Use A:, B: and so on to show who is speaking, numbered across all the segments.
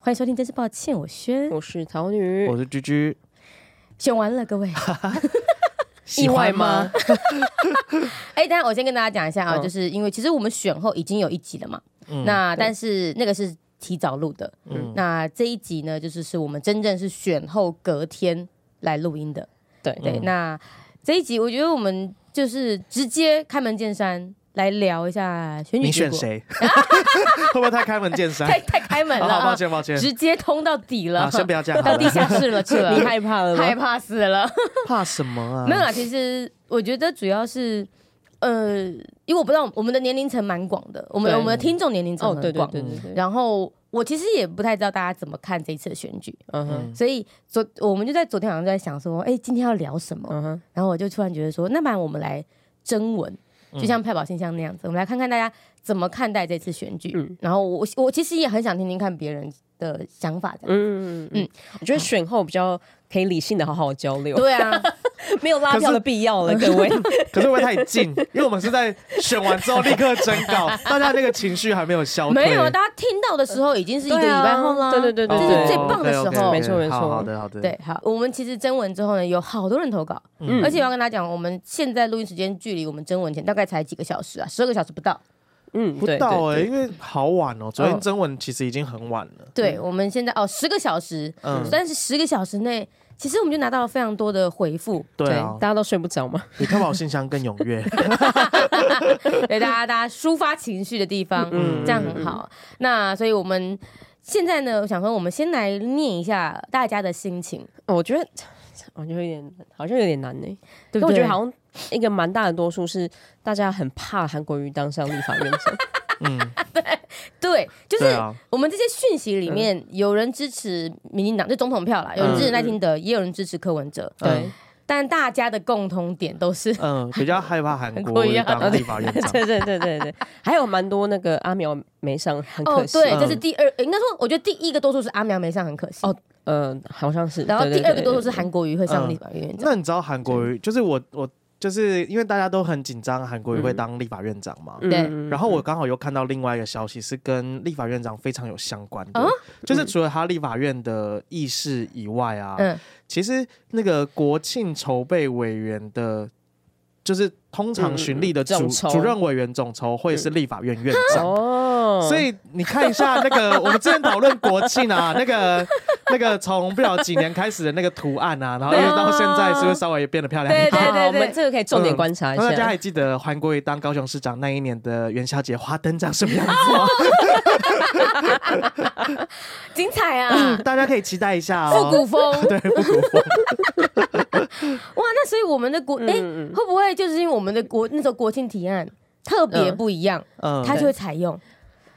A: 欢迎收听，真是抱歉，我
B: 嗯
A: 轩
C: 我是草女
B: 我，是居居，
A: 选完了，各 位。
C: 意外吗？
A: 哎，当然我先跟大家讲一下啊，
C: 嗯
A: 就是因为其实我们选后已经有一集了嘛，
B: 嗯
A: 那
C: 对
A: 但是那个是提早录的，
B: 嗯
A: 那这一集呢，就是是我们真正是选后隔天来录音的。
C: 对
A: 对，
B: 嗯
A: 那这一集我觉得我们就是直接开门见山来聊一下选举结
B: 你选
A: 果，
B: 谁？会不会太开门见山？
A: 太太开门
B: 好
A: 了
B: 好，抱
A: 啊，
B: 歉抱歉，
A: 直接通到底了
B: 啊，，先不要这样，好
A: 到
B: 了
A: 地下室了去 了，
C: 你啊害怕了吗？
A: 害怕死了。
B: 怕什么啊？
C: 嗯
A: 没有啦，其实我觉得主要是。呃，因为我不知道我们的年龄层蛮广的，我们
C: 对
A: 我们的听众年龄层
C: 哦，
A: 很
C: 对对
A: 广。
C: 对对对，
A: 然后我其实也不太知道大家怎么看这一次的选举，
C: 嗯哼
B: 嗯
A: 所以昨我们就在昨天晚上就在想说，哎，今天要聊什么？
C: 嗯哼，
A: 然后我就突然觉得说，那不然我们来征文，
C: 嗯
A: 就像派宝信箱那样子，我们来看看大家怎么看待这次选举。
C: 嗯
A: 然后我我其实也很想听听看别人的想法，这样。
C: 嗯嗯嗯，我觉得选后比较可以理性的好好交流，
A: 对啊，
C: 没有拉票的必要了，
B: 嗯
C: 各 位。
B: 可是会不会 太近？因为我们是在选完之后立刻征稿，大家那个情绪还没有消退。
A: 没有，啊大家听到的时候已经是一个礼拜后啦。
C: 对对对对
B: 哦，
A: 这是最棒的
B: OK，OK，
A: 时候
B: OK，
C: 没错没错
B: 好好的好的，
A: 对，好，我们其实征文之后呢，有好多人投稿，
C: 嗯
A: 而且我要跟大家讲，我们现在录音时间距离我们征文前大概才几个小时啊，十二个小时不到。
C: 嗯，
B: 不
C: 对
B: 到哎，
C: 对
B: 因为好晚哦，昨
A: 嗯
B: 天征文其实已经很晚了，
A: 对，我们现在哦，十个小时，
B: 嗯，
A: 但是十个小时内，其实我们就拿到了非常多的回 复，
B: 对啊
C: 大，家都睡不着嘛。
B: 比淘宝信箱更踊 跃，
A: 对大家大家抒发情绪的地方，
B: 嗯
A: 这样很好。那所以我们现在呢，我想说，我们先来念一下大家的心情，
C: 哦我觉得我觉得有点好像有点难呢，
A: 对
C: 但
A: 不对？
C: 我觉得好像一个蛮大的多数是大家很怕韩国瑜当上立法院长。
B: 嗯，
A: 对，就是
B: 对啊，嗯
A: 我们这些讯息里面，有人支持民进党，就总统票啦，有人支持赖清德，也有人支持柯文哲，
C: 对
A: 但大家的共同点都是
B: 嗯，比较害怕韩
A: 韩
B: 国
A: 国一样
B: 当立 法院长，
C: 对对对对对，还有蛮多那个阿苗没上，很
A: 哦
C: 可，惜。
A: 对，
B: 嗯
A: 这是第二，应该说，我觉得第一个多数是阿苗没上，很可惜。
C: 哦呃，好像是。
A: 然后
C: 对对
A: 第二个
C: 对
A: 多数
C: 对
A: 是韩国瑜会上立法院院长。
B: 那你知道韩国
C: 嗯
B: 瑜就是我我就是因为大家都很紧张韩国瑜会当立法院长嘛，
C: 嗯
A: 对
C: 嗯
B: 然后我刚好又看到另外一个消息是跟立法院长非常有相关
C: 哦
B: 的，
A: 啊
C: 嗯
B: 就是除了他立法院的议事以外啊，
A: 嗯，
B: 其实那个国庆筹备委员的。就是通常巡例的主、
C: 嗯总筹嗯
B: 主任委员总筹会是立法院院长，
C: 哦，
B: 所以你看一下那个，我们之前讨论国庆啊，那个那个从不了几年开始的那个图案啊，然后一直到现在，是不是稍微变得漂亮一
A: 对
B: 点？
C: 好好
A: 对
C: 我们这个可以重点
B: 嗯
C: 观察一
B: 那大家
C: 下。
B: 还记得韩国瑜当高雄市长那一年的元宵节花灯长什么样子吗？
A: 精彩
C: 嗯
A: 啊！
B: 大家可以期待一下
A: 复
B: 哦。
A: 古风
B: 对，复古风，
A: 哇，那所以我们的国哎，
C: 嗯
A: 会不会就是因为我们的国那时候国庆提案特别不一样，
B: 嗯，
A: 他就会采用？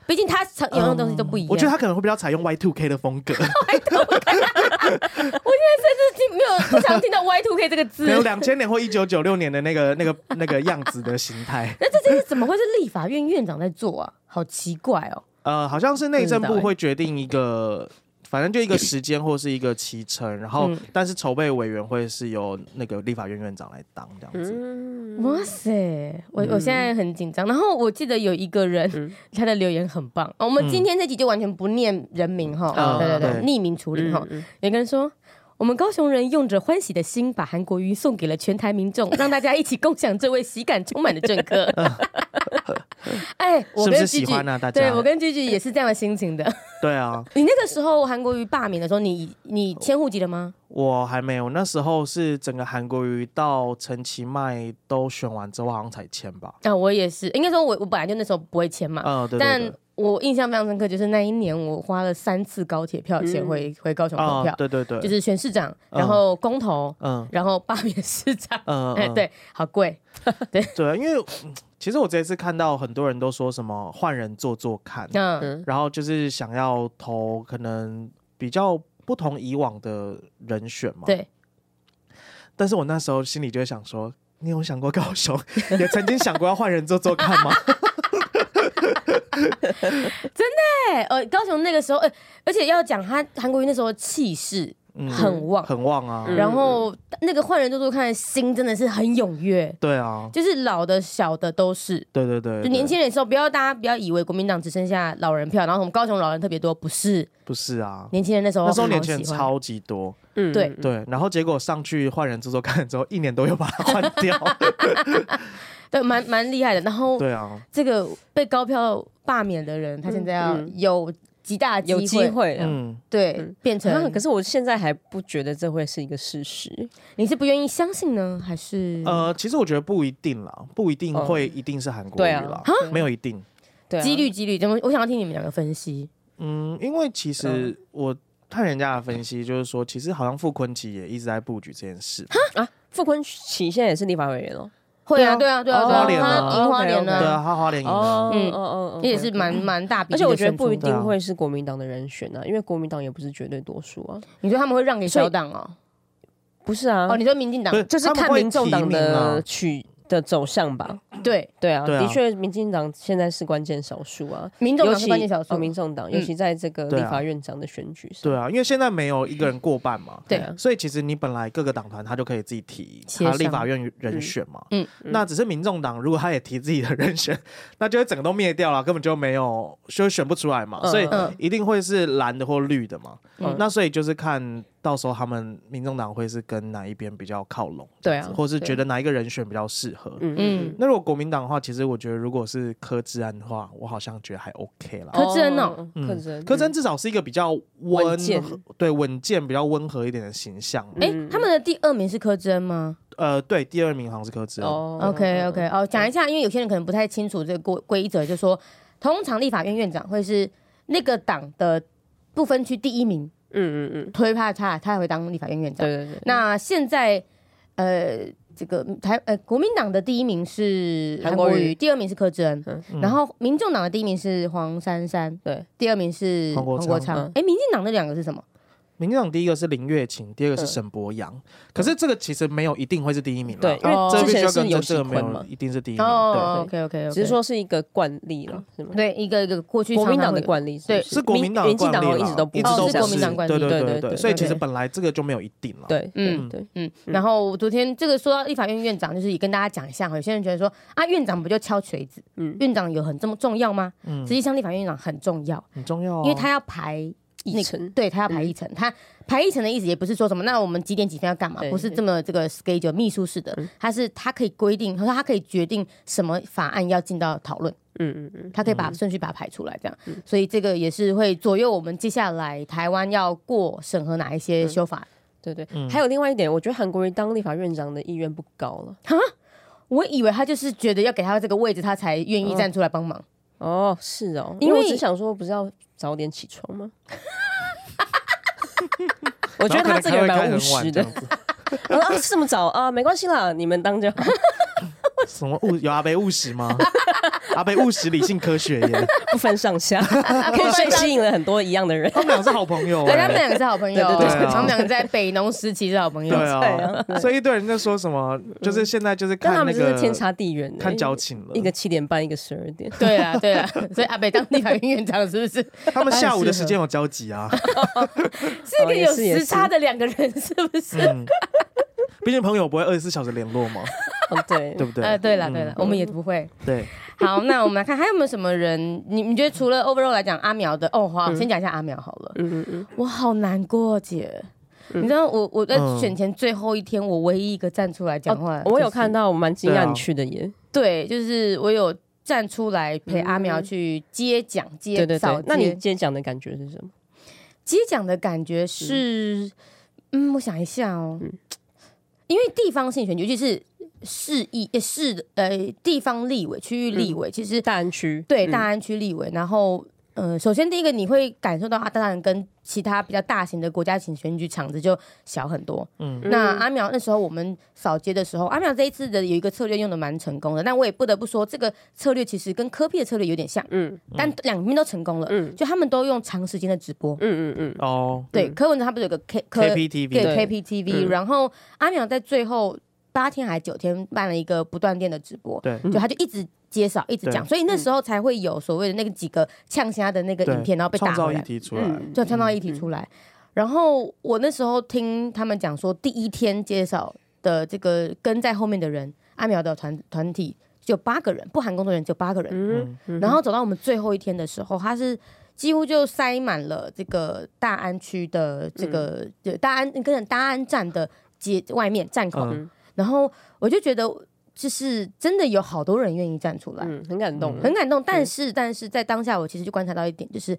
A: 毕竟他常有用的东西都不一样。
B: 我觉得他可能会比较采用 Y two K 的风格，
A: 听 没有不常听到 Y two K 这个字
B: 可，能两千年或一九九六年的那个那个那个样子的形态。
A: 那这件事怎么会是立法院院长在做啊？好奇怪哦。
B: 呃，好像是内政
C: 不知
B: 部
C: 道欸
B: 会决定一个，反正就一个时间或是一个期程，然后、
A: 嗯
B: 但是筹备委员会是由那个立法院院长来当这样子。
C: 嗯，
A: 哇塞，
B: 嗯
A: 我我现在很紧张。然后我记得有一个人，
C: 嗯
A: 他的留言很棒、哦我们今天这集就完全不念人名哈、
B: 嗯
A: 对对对，
B: 对嗯
A: 匿名处理哈、有一个人说。我们高雄人用着欢喜的心，把韩国瑜送给了全台民 众，让大家一起共享这位喜感充满的政客。 哎，我
B: 是不
A: 跟居
B: 是喜
A: 居，
B: 欢啊？大家
A: 对我跟居居也是这样的心情的。
B: 对啊，
A: 你那个时候韩国瑜罢免的时候，你你迁户籍了吗？
B: 我还没有，那时候是整个韩国瑜到陈其迈都选完之后，好像才签吧。
A: 啊，我也是，应该说我我本来就那时候不会签嘛，
B: 嗯，对对
A: 啊但
B: 对。
A: 我印象非常深刻，就是那一年我花了三次高铁票钱回、回高雄投
B: 嗯啊、
A: 票，
B: 对对对，
A: 就是选市长，
B: 嗯
A: 然后公投，
B: 嗯
A: 然后罢免市长。
B: 嗯，
A: 哎、
B: 嗯
A: 对，好贵，
B: 对，因为嗯其实我这次看到很多人都说什么换人做做看，
A: 嗯，
B: 然后就是想要投可能比较不同以往的人选嘛。。
A: 对，
B: 但是我那时候心里就会想说，你有想过高雄，也曾经想过要换人做做看吗？
A: 哎、呃，高雄那个时候，呃，而且要讲他韩国瑜那时候的气势，
B: 嗯
A: 很旺，
B: 很旺啊，
C: 嗯
A: 然后那个换人做做看，心真的是很踊跃，
B: 对啊，
A: 就是老的小的都是。
B: 对对对，
A: 就
B: 对
A: 年轻人的时候，不要大家不要以为国民党只剩下老人票，然后我们高雄老人特别多，不是
B: 不是啊，
A: 年轻人那时候
B: 那时候
A: 好
B: 年轻人
A: 喜欢
B: 超级多，
C: 嗯
A: 对
B: 对，然后结果上去换人制作看之后，一年都又把它换 掉，
A: 对蛮蛮厉害的。然后
B: 对啊，
A: 这个被高票罢免的人，他现在要
C: 嗯
A: 有极大的
C: 有机会了。
B: 嗯，
A: 对
C: 嗯
A: 变
C: 啊
A: 成
C: 可。是我现在还不觉得这会是一个事实。
A: 你是不愿意相信呢，还是
B: 呃，其实我觉得不一定啦，不一定
A: 嗯
C: 哦
B: 会一定是韩国
C: 对
B: 语
C: 啊
B: 啦，
C: 对
B: 没有一定，
C: 对啊
A: 几率几率？我我想要听你们两个分析。
B: 嗯，因为其实我看人家的分析，就是说，其实好像傅昆奇也一直在布局这件事，
C: 啊？傅昆奇现在也是立法委员哦。
A: 会啊，对啊，对啊，对
B: 花
A: 啊，
B: 莲啊
A: 他赢花莲
B: 对
A: 呢，
B: 啊，他花莲赢
C: 哦
B: 了，
A: 嗯
C: 哦哦，
A: 也是蛮蛮大比
C: 而
A: 例
C: 且
A: 的
C: 我
A: 胜出。
C: 觉得不一
B: 对啊
C: 定会是国民党的人选啊，因为国民党也不是绝对多数啊。
A: 你说他们会让给
C: 所以
A: 小党哦？
C: 不是啊，
A: 哦，你说民进党
B: 不是，
C: 就是
B: 他们
C: 看
B: 会
C: 民众党
B: 提名啊
C: 的取的走向吧。
A: 对，
C: 对啊，
B: 对啊
C: 的确，民进党现在是关键少数啊，
A: 民众
C: 尤
A: 党是
C: 其
A: 关键少数
C: 哦，。民众党，
A: 嗯
C: 尤其在这个
B: 对
C: 立
B: 啊
C: 法院长的选举上，
B: 对啊，因为现在没有一个人过半嘛，
A: 对
C: 啊，
B: 所以其实你本来各个党团他就可以自己提
A: 协
B: 他
A: 商
B: 立法院人选嘛，
A: 嗯
B: 那只是民众党如果他也提自己的人选， 那就会整个都灭掉了，根本就没有就选不出来嘛，
C: 嗯
B: 所以
A: 嗯
B: 一定会是蓝的或绿的嘛，
A: 嗯
B: 那所以就是看到时候他们民众党会是跟哪一边比较靠拢，
C: 对啊，
B: 或是
A: 对
B: 觉得哪一个人选比较适合。
C: 嗯
A: 嗯
C: 嗯，
B: 那如果国民党的话，其实我觉得如果是柯志安的话，我好像觉得还柯啦。
A: 柯真哦
B: 嗯
C: 柯真，
B: 柯真至少是一个比较温
C: 稳健
B: 和对稳健、比较温和一点的形象嘛。
A: 哎，
C: 嗯
A: 他们的第二名是柯真吗
B: 呃，对，第二名好像是柯志安。
C: 哦
A: ？OK OK，哦，讲一下，因为有些人可能不太清楚这个规规则，就说通常立法院院长会是那个党的不分区第一名
C: 嗯嗯嗯，
A: 推派他，他也会当立法院院长。
C: 对对对，
A: 那现在呃，这个台呃国民党的第一名是
C: 韩
A: 韩
C: 国
A: 国
C: 瑜
A: 瑜，第二名是柯志恩，
C: 嗯
A: 然后民众党的第一名是黄珊珊，
C: 对，
A: 第二名是
B: 黄国
A: 国
B: 昌
A: 昌
C: 嗯。
A: 哎，民进党那两个是什么？
B: 民进党第一个是林月琴，第二个是
C: 嗯
B: 沈博洋。可是这个其实没有一定会是第一名啦
C: 对因哦
A: 为
B: 哦这
A: 之
B: 必须
C: 前
B: 要
C: 是
B: 跟
C: 有
B: 真这个
C: 喜
B: 没
C: 欢
B: 有
C: 嘛
B: 一定是第一名。对，
A: 哦，OK OK OK，
C: 只是说是一个惯例了，是吗？
A: 对一个一个过去
C: 国民
A: 常常
C: 党
A: 会
C: 的惯例
A: 对
C: 不
B: 是国民党的
C: 民进
B: 惯
C: 党
B: 例啦
C: 一直都不
B: 一直
A: 哦
B: 都
A: 是
B: 不啊
A: 国民党惯例
B: 对对
C: 对
B: 对
C: 对
B: 对，
C: 对
B: 所以其实
A: OK
B: 本来这个就没有一定了。
C: 对，
A: 嗯
C: 嗯对，
A: 嗯，
C: 嗯
A: 然后昨天这个说到立法院院长，就是也跟大家讲一下，有些人觉得说啊，院长不就敲锤子？
C: 嗯
A: 院长有很这么重要吗？
B: 嗯
A: 实，际上立法院院长很重要，
B: 很重要哦，
A: 因为他要排
C: 议程，
A: 对他要排一层，他排一层的意思也不是说什么，那我们几点几分要干嘛，
C: 嗯对嗯
A: 不是这么这个 schedule 秘书式的，他是他可以规定，他说他可以决定什么法案要进到讨论，
C: 嗯嗯嗯，
A: 他可以把顺序把它排出来，这样，所以这个也是会左右我们接下来台湾要过审核哪一
C: 嗯
A: 些修法。
C: 对对，
B: 嗯
C: 还有另外一点，我觉得韩国瑜当立法院长的意愿不高了。
A: 我以为他就是觉得要给他这个位置，他才愿意站出来帮忙。
C: 哦，是哦，
A: 因
C: 因为我
A: 为
C: 只想说，不是要早点起床吗？我
B: 我
C: 觉得他这个人蛮务
B: 晚
C: 实的
B: 这样。子，
C: 我说啊，是这么早啊，没关系啦，你们当就 好，
B: 什么务有阿北务实吗？ 阿北务实，理性科学耶，
C: 不分上下，可以所以吸引了很多一样的人。
B: 他们俩是好朋友
A: 对，他们
B: 哎。
A: 两个是好朋友，
C: 对
B: 对对对
A: 他们两个在北农时期是好朋友。
B: 对
C: 对
B: 啊，所以一堆人在说什么，就是现在就是
C: 但他
B: 看那
C: 们真
B: 个
C: 是天差地远的，
B: 看交情了
C: 一。个七点半，一个十二点。
A: 对啊，对啊，所以阿北当立法院院长是不是
B: 他们下午的时间有交集啊，
A: 这个
C: 也
A: 有
C: 是也
A: 时差
C: 是
A: 的两个人是不是？
B: 嗯，毕竟朋友不会二十四小时联络嘛，
C: 哦，对
B: 对，不对？
A: 呃，对了
B: 嗯
A: 对了，我们也不会。
B: 对，
A: 好，那我们来看还有没有什么人？你你觉得除了 overall 来讲，阿苗的哦，好，先讲一下阿苗好了。
C: 嗯嗯嗯，
A: 我好难过，姐。你知道我我在
B: 嗯
A: 选前最后一天，我唯一一个站出来讲话啊的就是，
C: 我有看到，我蛮惊
B: 对啊
C: 讶你去的耶。
A: 对，就是我有站出来陪阿苗去接奖、接
C: 嗯对对
A: 扫
C: 对
A: 街，
C: 那你今天讲的感觉是什么？
A: 接奖的感觉是，嗯，我想一下哦，因为地方性选举，尤其是市议、呃市呃地方立委、区域立委，其实
C: 大安区，
A: 对
C: 嗯
A: 大安区立委，然后。呃，首先第一个你会感受到啊，当然跟其他比较大型的国家型选举场子就小很多。
B: 嗯，
A: 那阿苗那时候我们扫街的时候，阿苗这一次的有一个策略用的蛮成功的，但我也不得不说，这个策略其实跟科比的策略有点像，
C: 嗯
A: 但两边都成功了。
C: 嗯
A: 就他们都用长时间的直播，
C: 嗯嗯嗯，
B: 哦
A: 对，柯文哲他不是有个 K 柯
B: ，KPTV
A: 对
C: 对
A: KPTV，、
C: 嗯
A: 然后阿淼在最后八天还九天办了一个不断电的直播，
B: 对，
A: 就他就一直介绍，一直讲，
B: 对嗯
A: 所以那时候才会有所谓的那个几个呛虾的那个
B: 对
A: 影片，然后被
B: 创
A: 打
B: 造
A: 回
B: 议
A: 来，
B: 题出来，
C: 嗯
A: 就创造议题出来。然后我那时候听他们讲说，第一天介绍的这个跟在后面的人，阿苗的团团体就八个人，不含工作人员就八个人。
C: 嗯哼，
A: 然后走到我们最后一天的时候，他是几乎就塞满了这个大安区的这个、
C: 嗯
A: 呃大安跟大安站的街外面站口，
B: 嗯
A: 然后我就觉得就是真的有好多人愿意站出来，
C: 嗯，很感动，
A: 很感动。但是但是在当下，我其实就观察到一点，就是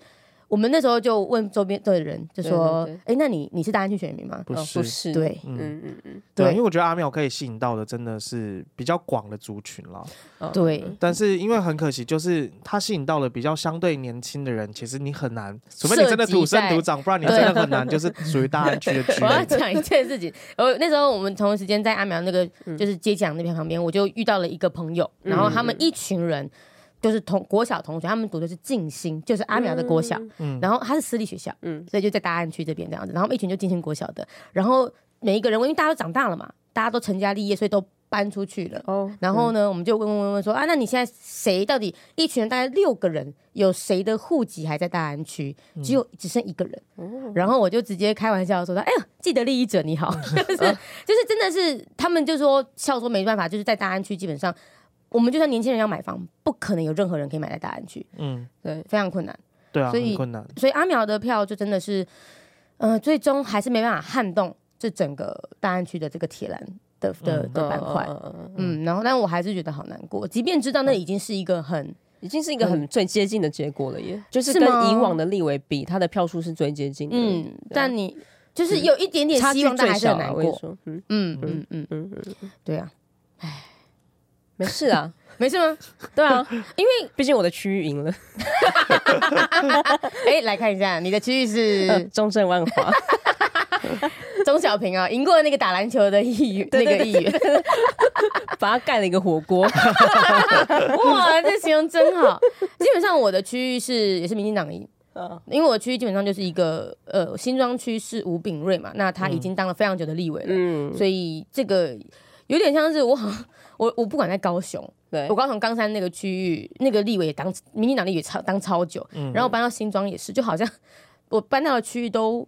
A: 我们那时候就问周边的人，就说
C: 对对：“
A: 哎，那你你是大安区选民吗
B: 呃不
C: 哦
B: 是，
C: 不是，？”
A: 对，
C: 嗯，
B: 嗯，
C: 嗯嗯嗯，
B: 对啊，
A: 对
B: 因为我觉得阿妙可以吸引到的真的是比较广的族群啦。
C: 哦
A: 对，
B: 但是因为很可惜，就是他吸引到了比较相对年轻的人，其实你很难，除非你真的土生土长，不然你真的很 难，就是属于大安区的居
A: 我要
B: 民。
A: 讲一件事情，我那时候我们同时间在阿苗那个
C: 嗯
A: 就是街讲那边旁边，我就遇到了一个朋友，然后他们一群人。就是同国小同学，他们读的是静心，就是阿苗的国小，
B: 嗯
A: 然后他是私立学校，
C: 嗯
A: 所以就在大安区这边这样子。然后我们一群就静心国小的，然后每一个人，因为大家都长大了嘛，大家都成家立业，所以都搬出去了。
C: 哦，
A: 然后呢，我们就问问问问说啊，那你现在谁到底一群人大概六个人，有谁的户籍还在大安区？
C: 嗯
A: 只有只剩一个人。
C: 哦
A: 然后我就直接开玩笑说，哎呀，既得利益者你 好，就是就是真的是他们就说笑说没办法，就是在大安区基本上。我们就算年轻人要买房，不可能有任何人可以买在大安区，
B: 嗯，
C: 对，
A: 非常困难。
B: 对啊，
A: 所以
B: 很困难。
A: 所以阿苗的票就真的是，呃，最终还是没办法撼动这整个大安区的这个铁栏的的的板块。
C: 嗯嗯嗯嗯
A: 嗯，然后但我还是觉得好难过，即便知道那已经是一个很
C: 已经是一个很最接近的结果了耶，就是
A: 是
C: 跟
A: 吗
C: 以往的立委比，他的票数是最接近的，
A: 嗯，但你就是
C: 嗯
A: 有一点点
C: 差
A: 希
C: 距
A: 望，但
C: 最
A: 还是
C: 小
A: 很
C: 啊，
A: 难
C: 我跟你
A: 过。
C: 说，嗯，
A: 嗯嗯嗯嗯对啊，
C: 没事 啊，
A: 没事吗？
C: 对啊，因为毕竟我的区域赢了，
A: 哎，来看一下你的区域是
C: 中正万华，
A: 钟小平啊，赢过那个打篮球的议员，那
C: 对对
A: 个议员，
C: 把他盖了一个火 锅，
A: 哇，这形容真好。基本上我的区域是也是民进党赢，
C: 嗯
A: 因为我的区域基本上就是一个呃新庄区是吴炳瑞嘛，那他已经当了非常久的立委了，
C: 嗯，
A: 所以这个有点像是我好像我我不管在高雄，
C: 对
A: 我，高雄冈山那个区域那个立委也当民进党立委超当超久，然后我搬到新庄也是，就好像 我搬到的区域都。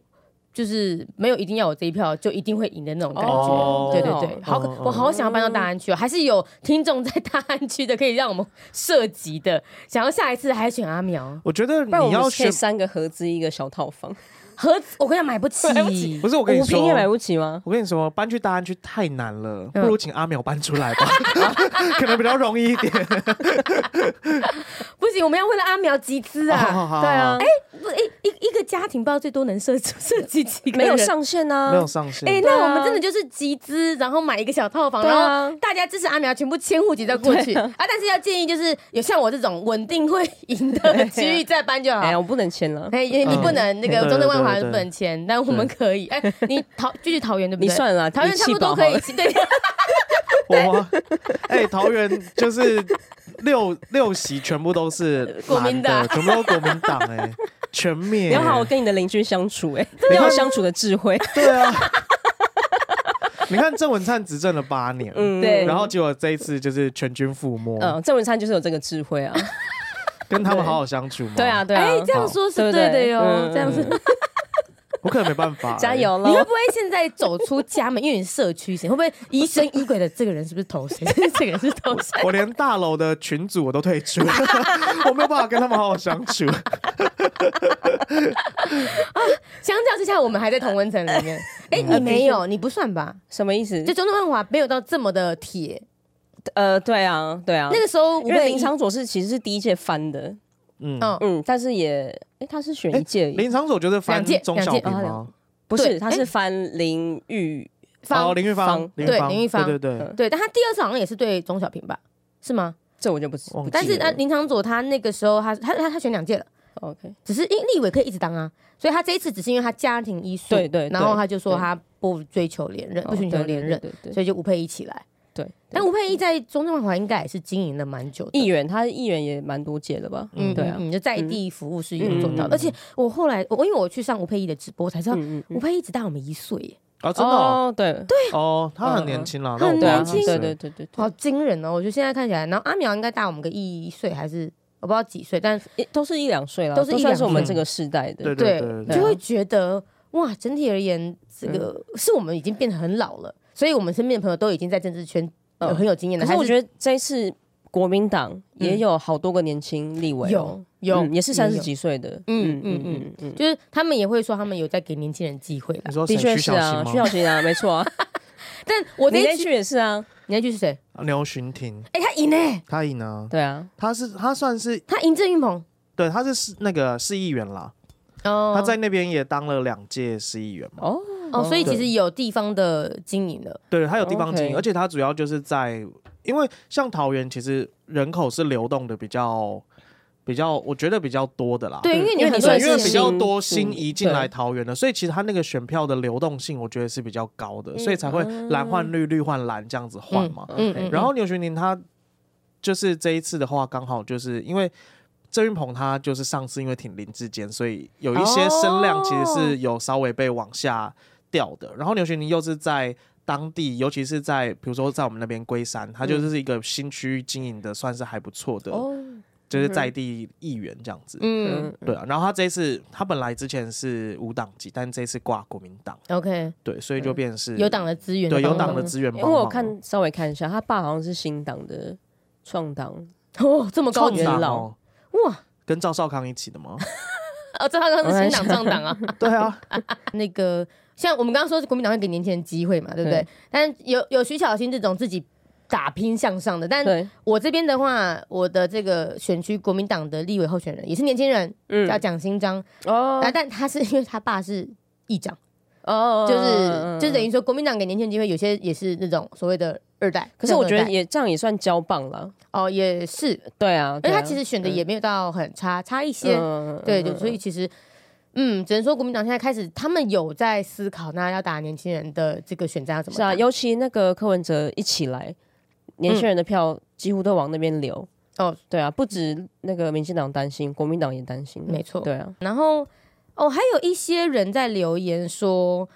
A: 就是没有一定要我这一票就一定会赢的那种感觉，
B: 哦
A: 对对对，好可
B: 哦哦
A: 我好想要搬到大安区哦，还是有听众在大安区的可以让我们涉及的，想要下一次还选阿苗，
B: 我觉得
C: 不然我
B: 你
C: 们可
B: 要
C: 以
B: 选，
C: 三个合资一个小套房，
A: 盒子我跟你讲买不起，
C: 买不起
B: 不是我跟你
C: 五平也买
B: 说。
C: 不起吗？
B: 我跟你说，搬去大安区太难了，不
A: 嗯
B: 如请阿淼搬出来吧， 可能比较容易一点。
C: 啊
A: 不行，我们要为了阿苗集资
B: 好好
A: 啊！
B: 好，
C: 对啊，
B: 好，
A: 不，一一一个家庭不知道最多能 设设计几个
C: 没有
A: 人
C: 上限
B: 没有
C: 啊，
B: 上限。
A: 哎、
C: 对
A: 那
C: 啊
A: 我们真的就是集资，然后买一个小套房，
C: 对啊
A: 然后大家支持阿苗，全部迁户籍再过去
C: 对
A: 啊
C: 啊
A: 但是要建议就是有像我这种稳定会赢 的区域再搬就好。
C: 哎
A: 哎
C: 呀，我不能签了，
A: 你你不能
C: 哎
A: 那个
B: 对
A: 中正万华
B: 对对
A: 不能签，但我们可以。哎，你桃继 续桃园对不对？
C: 你算了，
A: 桃园
C: 你
A: 差
C: 气
A: 不多
C: 饱
A: 可
C: 好
A: 以
C: 了，
A: 对，
B: 我，哎，桃园就是六六席全部都是
A: 国民
B: 蓝的
A: 党
B: 全部都国民党，哎，全灭。
C: 你要好好跟你的邻居相处，哎，要有相处的智慧，
B: 对啊，你看郑文灿执政了八年，
C: 嗯，
A: 对
B: 然后结果这一次就是全军覆没，
C: 嗯，郑文灿就是有这个智慧啊，
B: 跟他们好好相处嘛。
C: 对啊，，对啊
A: 哎，，这样说是
C: 对不
A: 对的
C: 对
A: 哟，
C: 嗯
A: 这样是。
B: 我可能没 办法，哎
C: 加油
A: 哎你会
C: 喽
A: 不！会现在走出家门，因为你是社区型，会不会疑神疑鬼的？这个人是不是投 谁？这个人是投谁？
B: 哎。我连大楼的群组我都 退出，我没有办法跟他们好好相处。
A: 相较之下，我们还在同温层里面。哎，
C: 嗯啊
A: 你没有，你不算吧？
C: 什么意思
A: 就？中正万华没有到这么的铁。
C: 呃，对啊，对啊，
A: 那个时候吴
C: 因为
A: 佩
C: 林长佐是其实是第一届翻的，
B: 嗯，
A: 嗯
C: 嗯，但是也，哎，他是选一届而已，
B: 林长佐就是翻
A: 两届
B: 钟小平
C: 两届哦
B: 吗？
C: 不
A: 对
C: 是，他是翻林玉，
A: 方、
B: 哦，林玉芳
C: 方，
B: 林
A: 对
B: 玉芳，
A: 林玉芳
B: 对对对，
C: 嗯
A: 对，但他第二次好像也是对钟小平吧？是吗？
C: 这我就不知
B: 忘记了，
A: 但是
C: 他
A: 他林长佐他那个时候他他他他选两届了，
C: OK，
A: 只是因立委可以一直当啊，所以他这一次只是因为他家庭因素，
C: 对对对哦
A: 然后他就说他不追求连任，不寻求连任，
C: 对对对
A: 所以就吴佩仪起来。
C: 对。
A: 但吴佩仪在中正万华应该也是经营了蛮久的
C: 议。员，他议员也蛮多届的吧？
A: 嗯，
C: 对啊，
A: 嗯，就在地服务是有做到
C: 嗯嗯嗯
A: 的，
C: 嗯
A: 而且我后来我因为我去上吴佩仪的直播，我才知道
C: 嗯嗯嗯
A: 吴佩仪只大我们一岁耶，
B: 啊，真的哦，
C: 哦，对
B: 哦，他很
C: 嗯
B: 年轻啦，
A: 很
B: 那我
C: 对
B: 爸
C: 啊，
A: 年轻
C: 对对对对对
A: 好惊人哦！我觉得现在看起来，然后阿苗应该大我们个一岁还是我不知道几岁，但
C: 一，都是一两岁啦，
A: 都是一
C: 算
A: 两
C: 是我们
B: 岁
C: 这个世代的，
B: 对嗯
A: 对
B: 对对
A: 就会觉得哇，整体而言，这个、是我们已经变得很老了，所以我们身边的朋友都已经在政治圈、呃
C: 嗯
A: 很有经验的。
C: 可是
A: 还
C: 我觉得这一次国民党也有好多个年轻立委哦、
A: 有有、
C: 嗯也是三十
A: 有，
C: 几岁的，
A: 嗯
C: 嗯
A: 嗯
C: 嗯
A: 嗯
C: 嗯嗯，
A: 就是他们也会说他们有在给年轻人机会啦
B: 你。说
C: 的
B: 谁
C: 确
B: 徐
C: 是
B: 小
C: 啊，
B: 新
C: 徐
B: 吗
C: 小？新啊，没错啊，
A: 但 我
C: 你
A: 那
C: 那
A: 一句，
C: 句也是啊，
A: 你那句是谁？
B: 牛巡庭，
A: 哎、他赢呢、
B: 他赢呢？
C: 对啊，
B: 他是他算是
A: 他赢郑云鹏。
B: 对，他是市那个市议员啦，
A: 哦
B: 他在那边也当了两届市议员嘛。
C: 哦
A: 哦，所以其
B: 对
A: 实有地方的经营了。
B: 对，他有地方经营，
C: OK
B: 而且他主要就是在，因为像桃园其实人口是流动的比较比较，我觉得比较多的啦。
A: 对，
C: 嗯
A: 因为你
C: 因为
A: 很
C: 你
A: 多
B: 对，
A: 人
B: 因为
A: 是
B: 比较多
C: 新
B: 新移进
C: 对
B: 来桃园的，所以其实他那个选票的流动性，我觉得是比较高的，所以才会蓝换绿，绿换蓝这样子换嘛。
A: 嗯
C: OK
A: 嗯，
B: 然后牛群林他就是这一次的话，刚好就是因为郑云鹏他就是上次因为挺林志坚，所以有一些声量其实
A: 哦
B: 是有稍微被往下掉的。然后牛群林又是在当地，尤其是在比如说在我们那边龟山，他就是一个新区域经营的，算是还不错的，
C: 哦，
B: 就是在地议员这样子。
A: 嗯
C: 嗯，
B: 对啊，然后他这一次，他本来之前是无党籍，但这一次挂国民党，
A: ，OK，
B: 对，所以就变成是
A: 有党的资源，
B: 对有
A: 帮
B: 党
A: 忙哦哎
B: 的资源
C: 因
B: 帮
C: 为
B: 忙。
C: 我看稍微看一下，他爸好像是新党的创党，
A: 哦，这么高
C: 创
A: 元
C: 元
A: 老
C: 老
B: 哦
A: 哇！
B: 跟赵少康一起的吗？
A: 哦，这他刚刚是新党上党 啊，
B: 对啊，
A: 那个像我们刚刚说是国民党会给年轻人机会嘛，对不对
C: 对？
A: 但有有徐小新这种自己打拼向上的，但
C: 对，
A: 我这边的话，我的这个选区国民党的立委候选人也是年轻人，
C: 嗯
A: 叫蒋新章，
C: 哦
A: 啊，但他是因 为他爸是议长，
C: 哦
A: 就是就等
C: 于，
A: 于说国民党给年轻人机会，有些也是那种所谓的二代，
C: 可是我觉
A: 正二
C: 得
A: 代
C: 也这样也算交棒了，
A: 哦也是，
C: 对啊，
A: 而
C: 对
A: 且
C: 啊
A: 他其实选的也没有到很差，差一些，
C: 嗯
A: 对，
C: 嗯
A: 就所以其实，嗯，只能说国民党现在开始，他们有在思考，那要打年轻人的这个选战要怎么
C: 是啊，
A: 打？
C: 尤其那个柯文哲一起来，年轻人的票几乎都往那边流。
A: 哦，
C: 对啊，不止那个民进党担心，国民党也担心。
A: 没错
C: 对啊，
A: 然后哦，还有一些人在留言说，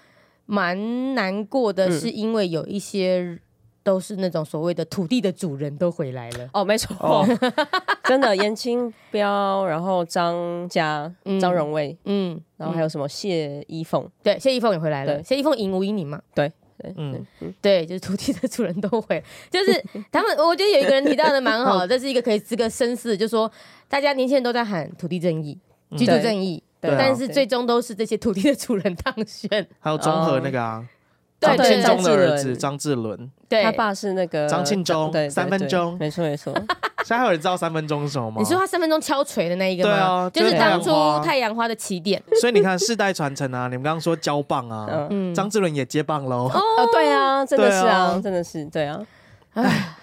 A: 蛮难过
C: 嗯
A: 的，是因为有一些都是那种所谓的土地的主人都回来了，
C: 哦，没错，
B: 哦
C: 真的，严清标，然后张家、
A: 嗯
C: 张荣卫，
A: 嗯，
C: 然后还
A: 有、
C: 有什么谢依凤，
A: 对谢依凤也回来了，
C: 对
A: 谢依凤赢吴依宁嘛，
C: 对，
B: 嗯
C: 嗯，
A: 对，就是土地的主人都会，就是他们，我觉得有一个人提到的蛮好的， 这是一个可以值得深思的，就说大家年轻人都在喊土地正义、居住
C: 对
A: 正义，
B: 对啊
A: 但是最终都是这些土地的主人当 选。
B: 还有综合那个啊，
A: 对哦
B: 张
A: 对
B: 庆
A: 张
B: 忠的
C: 志
B: 儿
C: 伦
B: 子张志伦，
A: 对
C: 他，爸是那个
B: 张庆忠
C: 对，对
B: 三分
C: 对
B: 钟
C: 没错没错，
B: 现在还有人知道三分钟是什么吗？
A: 你说他三分钟敲锤的那一个吗？
B: 对啊
A: 就是
C: 就是
A: 当初
B: 太阳花
A: 太阳花的起 点。
B: 所以你看世代传承啊，你们刚刚说交棒啊，
C: 嗯，
A: 嗯，
B: 张志伦也接棒喽。
C: 哦，对啊，真的是
B: 对
C: 啊，
B: 啊
C: 真的是，对啊
A: 唉。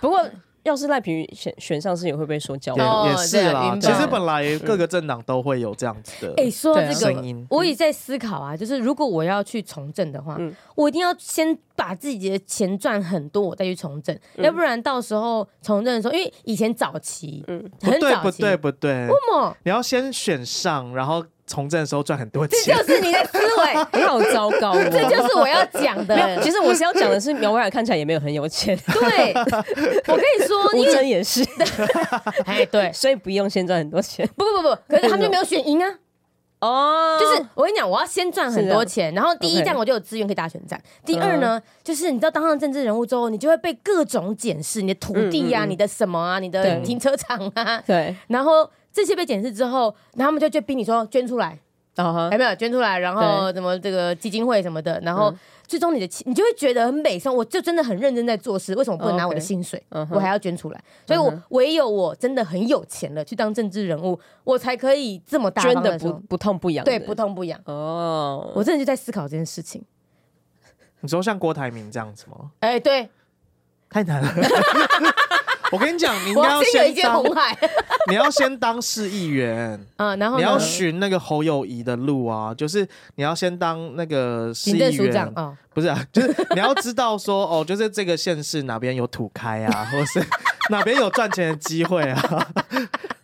C: 不过要是赖皮宇选选上是也会被说教
B: 也
C: 的，
A: 哦
B: 也是
A: 对啊
B: 啦，
A: 云
B: 其实
A: 豹
B: 本来各个政党都会有这样子的，
A: 哎、说到
C: 对啊
A: 这个
B: 声音，
A: 我也在思考啊，就是如果我要去从政的话，
C: 嗯
A: 我一定要先把自己的钱赚很多，我再去从政，
C: 嗯
A: 要不然到时候从政的时候，因为以前早期，
C: 嗯
B: 不
A: 很
B: 对
A: 早
B: 不
A: 期，哦
B: 对不对，
A: 那么
B: 你要先选上，然后从政的时候赚很多
A: 这
B: 钱，
A: 就是你的思 维，
C: 你好糟糕哦，
A: 这就是我要讲的
C: 没。有，其实我是要讲的是，苗威尔看起来也没有很有钱，
A: 对，我跟你说，
C: 吴
A: 因为
C: 尊也是，
A: 哎，对，
C: 所以不用先赚很多钱
A: 不不不不，可是他们就没有选赢啊。
C: 哦
A: 就是我跟你讲，我要先赚很多钱，然后第一
C: OK 嗯
A: 站我就有资源可以打选战。第二呢，就是你知道当上政治人物之后，你就会被各种检视，你的土地啊，
C: 嗯嗯嗯
A: 你的什么啊，你的
C: 对
A: 停车场啊，
C: 对，
A: 然后这些被检视之后，然后他们就就逼你说捐出来，哎
C: 啊哈
A: 有没有捐出来？然后什么这个基金会什么的，然后
C: 嗯
A: 最终你的钱你就会觉得很美上，我就真的很认真在做事，为什么不能拿我的
C: OK
A: 薪水？
C: 嗯哼嗯
A: 我还要捐出来，所以我唯有我真的很有钱了，去当政治人物，我才可以这么大
C: 捐
A: 方的
C: 的不不痛不痒的，
A: 对不痛不痒。
C: 哦，
A: 我真的就在思考这件事情。
B: 你说像郭台铭这样子吗？
A: 哎、对，
B: 太 难了。我跟你讲，你应
A: 我
B: 该要
A: 要先有一
B: 先
A: 件
B: 当
A: 红，海
B: 你要先当市议员，
A: 啊， 然后
B: 你
A: 呢
B: 要循那个侯友谊的路啊，就是你要先当那个市
A: 行政
B: 议
A: 署长
B: 员，
A: 哦，
B: 不是啊，就是你要知道说 哦，就是这个县市哪边有土开啊， 或是哪边有赚钱的机会啊。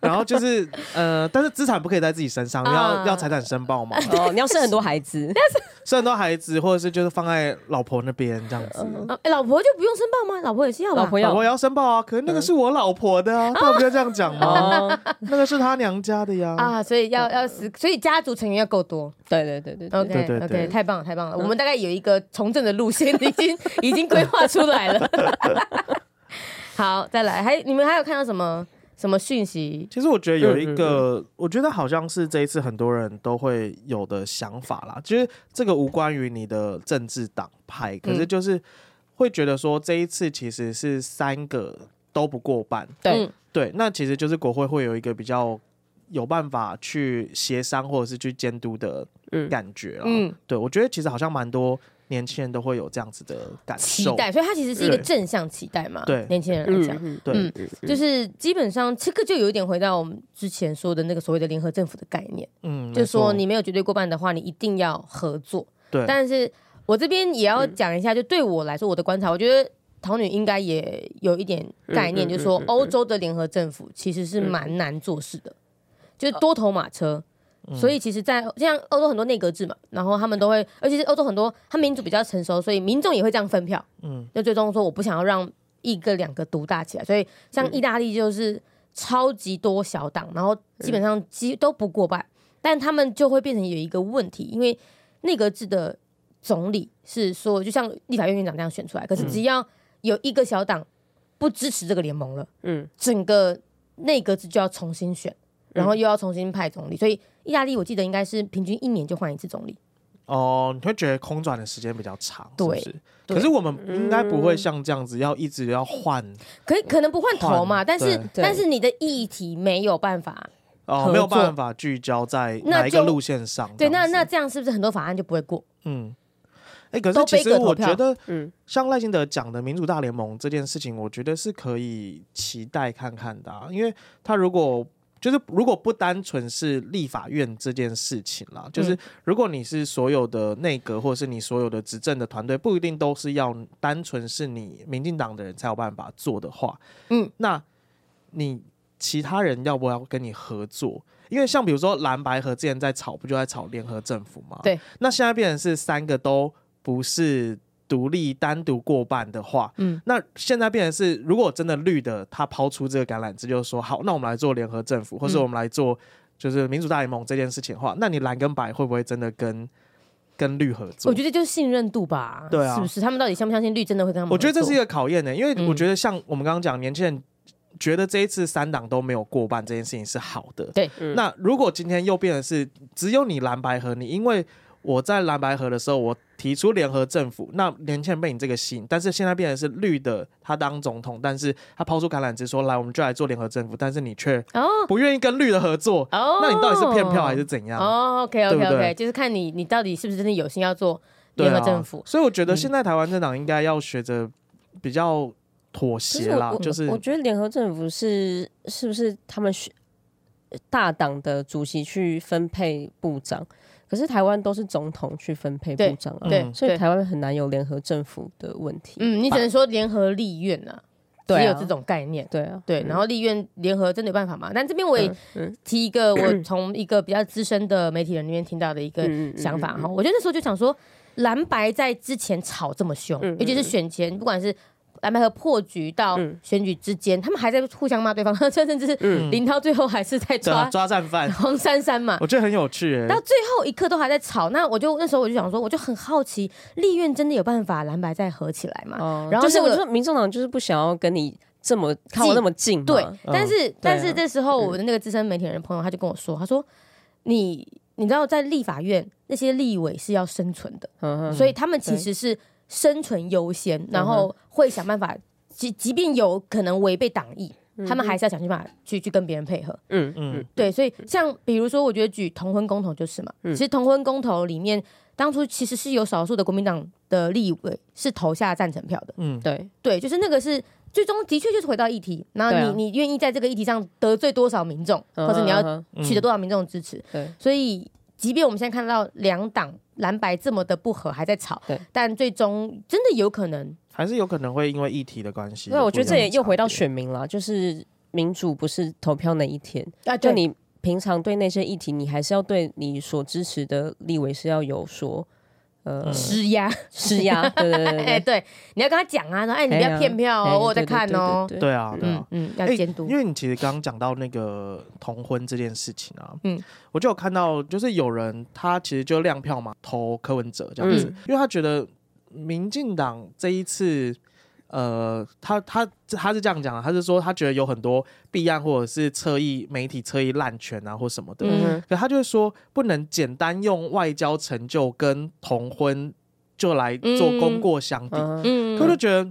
B: 然后就是呃，但是资产不可以在自己身上，你要
A: 啊
B: 要财产申报嘛。
C: 哦，你要生很多孩 子，哦
B: 生很多孩子，或者是就是放在老婆那边这样子。
A: 啊哎老婆就不用申报吗？老婆也是要嗯吧
C: 老婆
B: 老
C: 要
B: 婆也要申报啊，可是那个是我老婆的啊，他不要这样讲吗？
C: 哦，
B: 那个是她娘家的呀。
A: 啊，所以要要死，所以家族成员要够多。
C: 对对对对对
A: OK
B: 对对
A: OK，嗯
B: 对
A: 太棒了太棒了，我们大概有一个从政的路线已经已经规划出来 了。好，再来，还你们还有看到什么什么讯息？
B: 其实我觉得有一
A: 嗯
B: 个，我觉得好像是这一次很多人都会有的想法啦，就是这个无关于你的政治党
A: 嗯
B: 派，可是就是会觉得说这一次其实是三个都不过半，
C: 对
A: 嗯
B: 对，那其实就是国会会有一个比较有办法去协商或者是去监督的
C: 嗯
B: 感觉啊。
A: 嗯
B: 对我觉得其实好像蛮多年轻人都会有这样子的感
A: 期
B: 受，
A: 待，所以它其实是一个
B: 对
A: 正向期待嘛。
B: 对
A: 年轻人来讲，
C: 嗯，
B: 对，
A: 嗯就是基本上这个就有一点回到我们之前说的那个所谓的联合政府的概念，
B: 嗯，
A: 就
B: 没错
A: 说你没有绝对过半的话，你一定要合作。
B: 对，
A: 但是我这边也要讲一下，就对我来说，我的观察，我觉得桃女应该也有一点概念，
C: 嗯嗯
A: 就是说
C: 嗯嗯嗯
A: 欧洲的联合政府其实是蛮难做事的，
C: 呃
A: 就是多头马车。
B: 嗯
A: 所以其实在，像欧洲很多内阁制嘛，然后他们都会，而且是欧洲很多，他民主比较成熟，所以民众也会这样分票。
B: 嗯
A: 就最终说我不想要让一个两个独大起来，所以像意大利就是超级多小党，然后基本上几都不过半，但他们就会变成有一个问题，因为内阁制的总理是说，就像立法院院长这样选出来，可是只要有一个小党不支持这个联盟了，
C: 嗯，
A: 整个内阁制就要重新选，
B: 嗯
A: 然后又要重新派总理，所以意大利我记得应该是平均一年就换一次总理。
B: 哦，你会觉得空转的时间比较长，是不
A: 对
B: 是？
A: 对嗯
B: 可是我们应该不会像这样子，要一直要换
A: 可以可能不换头嘛，
B: 嗯换
A: 但是
B: 对
A: 但是你的议题没有办法合
B: 哦，
A: 作
B: 没有办法聚焦在
A: 那
B: 哪一个
A: 就
B: 路线上
A: 对，
B: 这样
A: 那
B: 子。
A: 那这样是不是很多法案就不会过？
B: 嗯，哎、可
A: 都
B: 是其
A: 背
B: 实
A: 个投
B: 我
A: 票
B: 觉得
C: 嗯，
B: 像赖清德讲的民主大联盟这件事情，我觉得是可以期待看看的、啊，因为他如果。就是如果不单纯是立法院这件事情啦，
A: 嗯
B: 就是如果你是所有的内阁或者是你所有的执政的团队，不一定都是要单纯是你民进党的人才有办法做的话，
A: 嗯，
B: 那你其他人要不要跟你合作？因为像比如说蓝白合之前在吵，不就在吵联合政府吗？
A: 对，
B: 那现在变成是三个都不是独立单独过半的话，
A: 嗯
B: 嗯，那现在变成是，如果真的绿的他抛出这个橄榄枝，就是说好，那我们来做联合政府，或是
A: 嗯
B: 我们来做就是民主大联盟这件事情的话，那你蓝跟白会不会真的跟跟绿合作？
A: 我觉得就是信任度吧，
B: 对啊
A: 是不是？他们到底相不相信绿真的会跟他们
B: 我
A: 合作？
B: 觉得这是一个考验呢、欸因为
A: 嗯
B: 我觉得像我们刚刚讲，年轻人觉得这一次三党都没有过半这件事情是好的。
A: 对
C: 嗯
B: 那如果今天又变成是只有你蓝白合，你因为我在蓝白合的时候，我提出联合政府，那年轻人被你这个吸引，但是现在变成是绿的，他当总统，但是他抛出橄榄枝说来，我们就来做联合政府，但是你却
A: 哦
B: 不愿意跟绿的合作，
A: 哦，
B: 那你到底是骗票还是怎样？
A: 哦，OK OK
B: 对
A: OK，
B: 不对
A: 就是看你你到底是不是真的有心要做
B: 对
A: 联
B: 啊
A: 合政府。
B: 所以我觉得现在台湾政党应该要学着比较妥
C: 其实
B: 协
C: 我
B: 啦
C: 我，
B: 就是
C: 我觉得联合政府是是不是他们选大党的主席去分配部长，可是台湾都是总统去分配
A: 对
C: 部长啊，
A: 对
B: 嗯，
C: 所以
A: 对
C: 台湾很难有联合政府的问题。
A: 嗯，你只能说联合立院啊，
C: 对啊
A: 只有这种概念。
C: 对啊，
A: 对，然后立院联合真的有办法吗？但这边我也
C: 嗯嗯
A: 提一个我从一个比较资深的媒体人里面听到的一个
C: 嗯嗯嗯
A: 想法
C: 嗯
A: 哈，我觉得那时候就想说，蓝白在之前吵这么凶，
C: 嗯嗯
A: 尤其是选前，不管是蓝白和破局到
C: 嗯
A: 选举之间，他们还在互相骂对方， 甚至是
C: 嗯
B: 嗯
A: 林涛最后还是在
B: 对啊
A: 抓
B: 抓战 犯，
A: 黄珊珊嘛。
B: 我觉得很有趣、欸。
A: 到最后一刻都还在吵，那我就那时候我就想说，我就很好奇，立院真的有办法蓝白再合起来吗？
C: 哦，
A: 然后
C: 就是
A: 那
C: 我
A: 个
C: 就说民众党就是不想要跟你这么靠
A: 近
C: 那么近嘛，
A: 对，但是、但
C: 对
A: 是
C: 啊
A: 这时候我的那个资深媒体人朋友他就跟我说，他说你你知道在立法院那些立委是要生存的，
C: 嗯哼
A: 所以他们其
C: 对嗯
A: 实是生存优先，然后会想办法，即即便有可能违背党意，他们还是要想办法去去跟别人配合。
C: 嗯嗯嗯
B: 嗯，
A: 对，所以像比如说，我觉得举同婚公投就是嘛，其实同婚公投里面当初其实是有少数的国民党的立委是投下赞成票的。
B: 嗯，
C: 对，
A: 对，就是那个是最终的确就是回到议题，然后你、
C: 对啊
A: 你愿意在这个议题上得罪多少民众，
C: 嗯
A: 或者你要
C: 嗯嗯
A: 取得多少民众的支持，
C: 对
A: 所以。即便我们现在看到两党蓝白这么的不和，还在吵
C: 对，
A: 但最终真的有可能
B: 还是有可能会因为议题的关系。
C: 对，啊我觉得这也又回到
B: 有不一样的差别
C: 选民了，就是民主不是投票那一天，
A: 啊，
C: 就你平常对那些议题，你还是要对你所支持的立委是要有所呃
B: 嗯
A: 施压，
C: 施压，对对对对
A: 哎，
C: 对，
A: 对，你要跟他讲啊，说哎，你不要骗票
C: 嗯哎
A: 哦，我有在看哦，
C: 对对对对对
B: 对啊，对啊
A: 嗯。嗯，要
B: 哎
A: 监督
B: 因，为你其实刚刚讲到那个同婚这件事情啊，
A: 嗯
B: 嗯，我就有看到，就是有人他其实就亮票嘛，投柯文哲这样子，
C: 嗯
B: 因为他觉得民进党这一次，呃，他他他是这样讲的，他是说他觉得有很多弊案或者是侧翼媒体侧翼滥权啊或什么的，
A: 嗯
C: 嗯
B: 可他就是说不能简单用外交成就跟同婚就来做功过相比，
C: 哼，嗯
A: 嗯
B: 可我就觉得，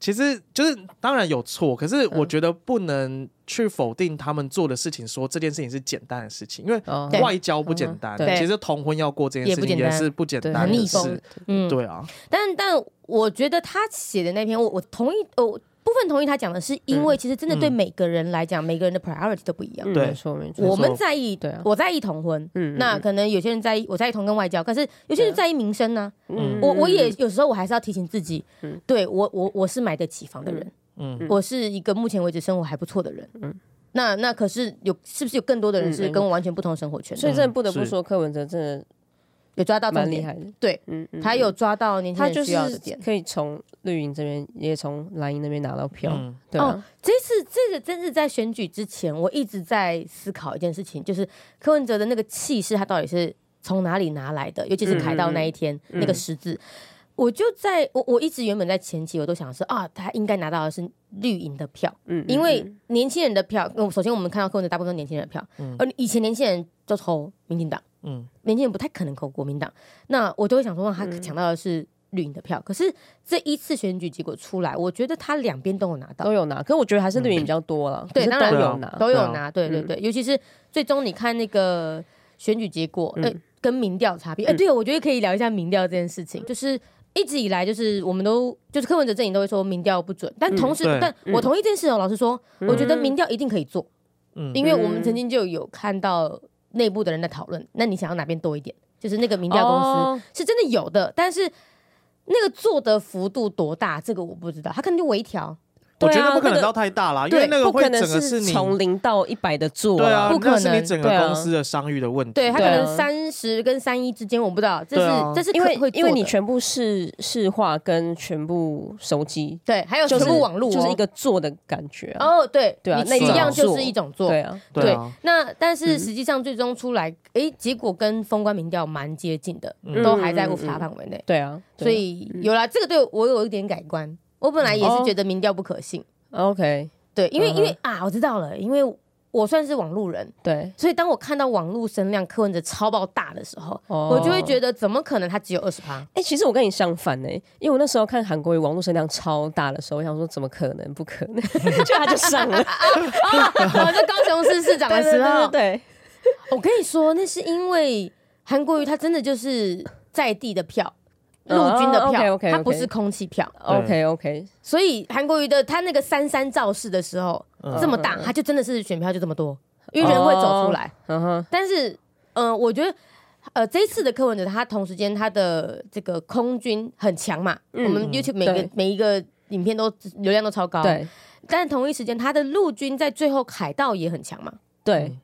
B: 其实就是当然有错，可是我
C: 嗯
B: 觉得不能去否定他们做的事情，说这件事情是简单的事情，因为
C: 哦
A: 对
B: 外交不简单，
C: 嗯对
B: 其实同婚要过这件
A: 也
B: 事
A: 不
B: 情
A: 简
B: 也
A: 单
B: 是不简
C: 对
B: 单
A: 很
B: 的
A: 逆风
B: 事，
A: 嗯，
B: 对啊，
A: 但但我觉得他写的那篇，我我同意，呃我部分同意他讲的是因为其实真的对
B: 嗯
A: 每个人来讲，每个人的 priority 都不一样。
C: 嗯
B: 对
C: 没错没错，
A: 我们在意，
C: 对啊
A: 我在意同婚，
C: 嗯
A: 那可能有些人在意，我在意同跟外交，可是有些人
C: 对啊
A: 在意民生呢、
B: 嗯
A: 我我也有时候我还是要提醒自己，
C: 嗯
A: 对我我我是买得起房的人，
B: 嗯，
A: 我是一个目前为止生活还不错的人，
C: 嗯
A: 那那可是有是不是有更多的人是
C: 嗯
A: 跟我完全不同的生活圈的？
C: 所以真的不得不
B: 是
C: 说，柯文哲真的
A: 有抓到重
C: 蛮厉
A: 点，
C: 害的，
A: 对
C: 嗯，嗯
A: 他有抓到年轻
C: 他就
A: 人需要的
C: 是
A: 点。
C: 可以从绿营这边，也从蓝营那边拿到票，
B: 嗯
C: 对
A: 哦
C: 啊，
A: 这次这个真是在选举之前，我一直在思考一件事情，就是柯文哲的那个气势，他到底是从哪里拿来的？尤其是凯道那一天、
C: 嗯嗯
A: 那个十字，我就在我我一直原本在前期我都想说啊，他应该拿到的是绿营的票，
C: 嗯，嗯
A: 因为年轻人的票，呃首先我们看到柯文哲大部分都是年轻人的票，
B: 嗯
A: 而以前年轻人都投民进党。
B: 嗯
A: 年轻人不太可能投国民党，那我就会想说，哇他
C: 嗯
A: 抢到的是绿营的票。可是这一次选举结果出来，我觉得他两边都有拿到，
C: 都有拿，可是我觉得还是绿营比较多了，
A: 对
C: 可是
A: 当然
C: 都
B: 嗯对啊
C: 有拿，
A: 都有
B: 对啊
A: 拿。对对
C: 嗯
A: 对，尤其是最终你看那个选举结果，呃
C: 嗯，
A: 跟民调差别，哎，
C: 嗯
A: 对，我觉得可以聊一下民调这件事情，就是。一直以来就是我们都就是柯文哲阵营都会说民调不准，但同时、
B: 对
A: 但
C: 嗯
A: 我同意这件事哦，老实说，我觉得
C: 嗯
A: 民调一定可以做，
B: 嗯
A: 因为我们曾经就有看到内部的人在讨论，那你想要哪边多一点？就是那个民调公司，
C: 哦
A: 是真的有的，但是那个做的幅度多大，这个我不知道，他可能就微调，
B: 我
C: 对
B: 觉
C: 啊
B: 得不可
C: 那
B: 能
C: 个
B: 到太大啦，因
A: 啊
C: 对，
B: 为那个
C: 不
B: 会
C: 可
B: 整
C: 能
B: 个是你，
C: 从零到一百的做
B: 对啊
C: 啊，
A: 不，可
B: 那是
A: 能
B: 你整
C: 对
B: 个
C: 啊
B: 公司的商誉的问题，
A: 对他可
C: 对啊
A: 能三十跟三一之间，我不知道，这
B: 对
A: 是、
B: 啊
A: 这是可
C: 因为
A: 会做的
C: 因为你全部市市话跟全部手机，
A: 对，还有
C: 就
A: 全
C: 是
A: 部网络、哦
C: 就是一个做的感觉啊，
A: 哦，对
C: 对啊
A: 你
C: 那
A: 取
B: 种
A: 样就
C: 做
A: 是一种做，
C: 对啊，嗯
B: 对啊，
A: 那但是实际上最终出来，诶，结果跟封关民调蛮接近的，
B: 嗯
A: 都还在
C: 嗯嗯
A: 误差范围内，
C: 对啊，对啊
A: 所以有啦，这个对我有一点改观，我本来也是觉得民调不可信，
C: OK，
A: 对，因为、
C: 哦嗯哼
A: 因为啊，我知道了，因为我算是网路人。
C: 对，
A: 所以当我看到网络声量柯文哲超爆大的时候，
C: 哦
A: 我就会觉得怎么可能他只有二十趴？
C: 哎、其实我跟你相反呢、因为我那时候看韩国瑜网络声量超大的时候，我想说怎么可能，不可能， 就他就上 了，
A: 啊，我在高雄市市长的
C: 对对
A: 时
C: 对
A: 候，
C: 对，
A: 我跟你说，那是因为韩国瑜他真的就是在地的票。陆
C: 嗯
A: 军的票，
C: OK，OK，OK
A: 他不是空气票，
C: OK OK，
A: 所以韩国瑜的他那个三三造势的时候、
B: 嗯
A: 这么大，他就真的是选票就这么多，因为人会走出来。
C: 嗯哼，
A: 但是，嗯、我觉得，呃，这一次的柯文哲他同时间他的这个空军很强嘛，
C: 嗯
A: 我们 YouTube 每个
C: 对
A: 每一个影片都流量都超高，。
C: 对
A: 但同一时间，他的陆军在最后海盗也很强嘛，
C: 对，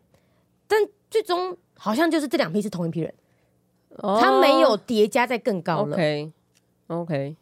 A: 但最终好像就是这两批是同一批人，
C: 哦
A: 他没有叠加在更高了，
C: OK OK，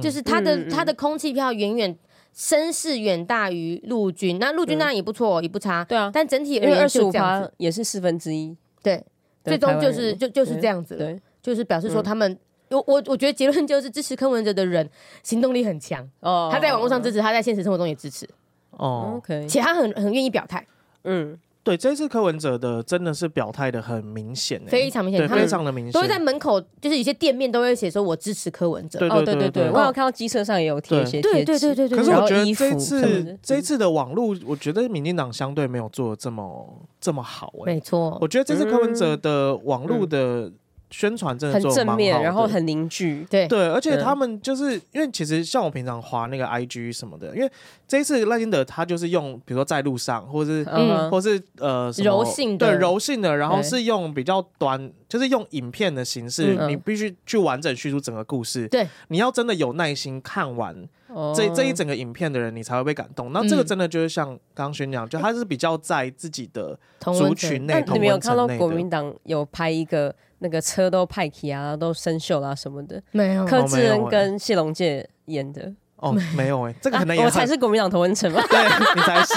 A: 就是他的、
C: 嗯嗯嗯
A: 他的空气票远远。声势远大于陆军，那陆军当然也不错、也不差，
C: 对啊
A: 但整体
C: 因
A: 而
C: 为
A: 言
C: 二十
A: 就
C: 五
A: 这样
C: 趴
A: 子，
C: 也是四分之一
A: 对，
C: 的
A: 最
C: 台
A: 终
C: 湾人，
A: 就是就就是这样子了。
C: 对，
A: 就是表示说
C: 嗯
A: 他们，我我我觉得结论就是支持柯文哲的人行动力很强，
C: 哦嗯
A: 他在网络上支持，他在现实生活中也支持，
B: 哦，
C: OK，
A: 且他很很愿意表态，
C: 嗯，
B: 对，这次柯文哲的真的是表态的很明显欸，
A: 非常明显，
B: 对，
A: 他
B: 非
A: 们
B: 常的明显，
A: 都会在门口，就是有些店面都会写说我支持柯文哲
B: 对，
C: 哦对对对，
B: 对
C: 我有看到机车上也有贴一些
A: 对
C: 贴纸，
A: 对对对
B: 可是
C: 然
B: 我
C: 后
B: 觉得
C: 衣
B: 这一
C: 服什么的嗯
B: 次这一次的网络，我觉得民进党相对没有做的这么这么好哎、
A: 没错，
B: 我觉得这次柯文哲的网络的宣传真的
C: 很
B: 做得蛮
C: 正
B: 好
C: 面，
B: 的
C: 然后很嗯凝聚，
A: 对，
B: 对，而且
C: 对
B: 他们就是因为其实像我平常滑那个 IG 什么的，因为这一次赖金德他就是用比如说在路上，或者是、
C: 嗯哼，
B: 或是呃什么
A: 柔性的
B: 对柔性的，然后
C: 对
B: 是用比较短，就是用影片的形式，
C: 嗯
B: 你必须去完整叙述整个故事。
A: 对，
B: 你要真的有耐心看完
A: 嗯
C: 哦
B: 这、这一整个影片的人，你才会被感动。那这个真的就是像刚刚轩讲，就他是比较在自己的
A: 同
B: 族
A: 文
B: 群
A: 层
B: 内，
C: 那你
B: 同
C: 们有
B: 文
C: 看
B: 层
C: 到
B: 内
C: 国民
B: 的。
C: 党有拍一个那个车都派起啊，都生锈啦、什么的，
A: 没有，
C: 柯
B: 没
C: 智
B: 有
C: 恩
B: 欸
C: 跟谢龙介演的，
B: 哦，没有哎、这个可能
C: 啊
B: 也
C: 我
B: 很，
C: 才是国民党同文层嘛
B: 对你才是。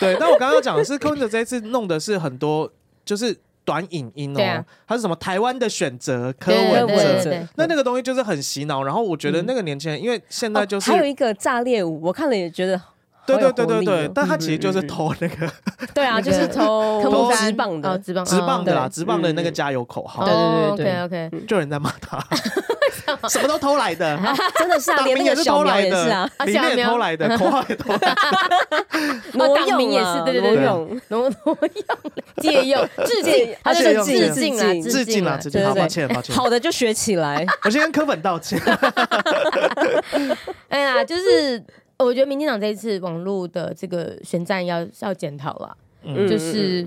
B: 对，但我刚刚讲的是柯文哲这一次弄的是很多，就是短影音
A: 对
B: 哦
A: 啊，
B: 它是什么台湾的选择柯
A: 对
B: 文
A: 对对对
B: 哲。
A: 对
B: 那
C: 哦
B: 那个东西就是很洗脑，然后我觉得那个年轻人，因为现在就是、
C: 还有一个炸裂舞，我看了也 觉得
B: 对
C: 好有
B: 对对
C: 活
B: 对
C: 力
B: 对
C: 哦，
B: 但他
C: 嗯
B: 其实
C: 嗯
B: 就是
C: 嗯
B: 偷那个
C: 对啊，
A: 那
C: 就是
A: 个
C: 投
A: 科目
C: 投
A: 三
C: 直棒
A: 哦
C: 的，
A: 直棒
B: 直棒哦的啦，
A: 哦
B: 直棒的那个
C: 嗯嗯
B: 加油口号，
A: 对
C: 对对对对
A: o k OK，
B: 就有人在骂他， 什么都偷来的，
C: 真的是 啊，
B: 党
C: 连
B: 名
C: 那个
B: 也是偷
C: 小苗
B: 来
C: 也是啊
B: 的，，里
A: 小
B: 面也
A: 苗
B: 偷来的，口 号也偷来的，
C: 挪
A: 党名也
C: 用啊
A: 是对对
C: 挪
A: 对
B: 对
C: 用，
A: 挪挪用借用致敬，他就
B: 借
A: 是致敬
B: 用
A: 啦，
C: 致敬
B: 致敬啦，
A: 啦，
B: 致
C: 对
B: 敬，
C: 对
B: 好，抱
C: 对
B: 歉抱歉，
C: 好的就学起来，
B: 我先跟柯粉道 歉，
A: 哎呀，就是我觉得民进党这一次网络的这个选战要要检讨啦，
B: 嗯
A: 就是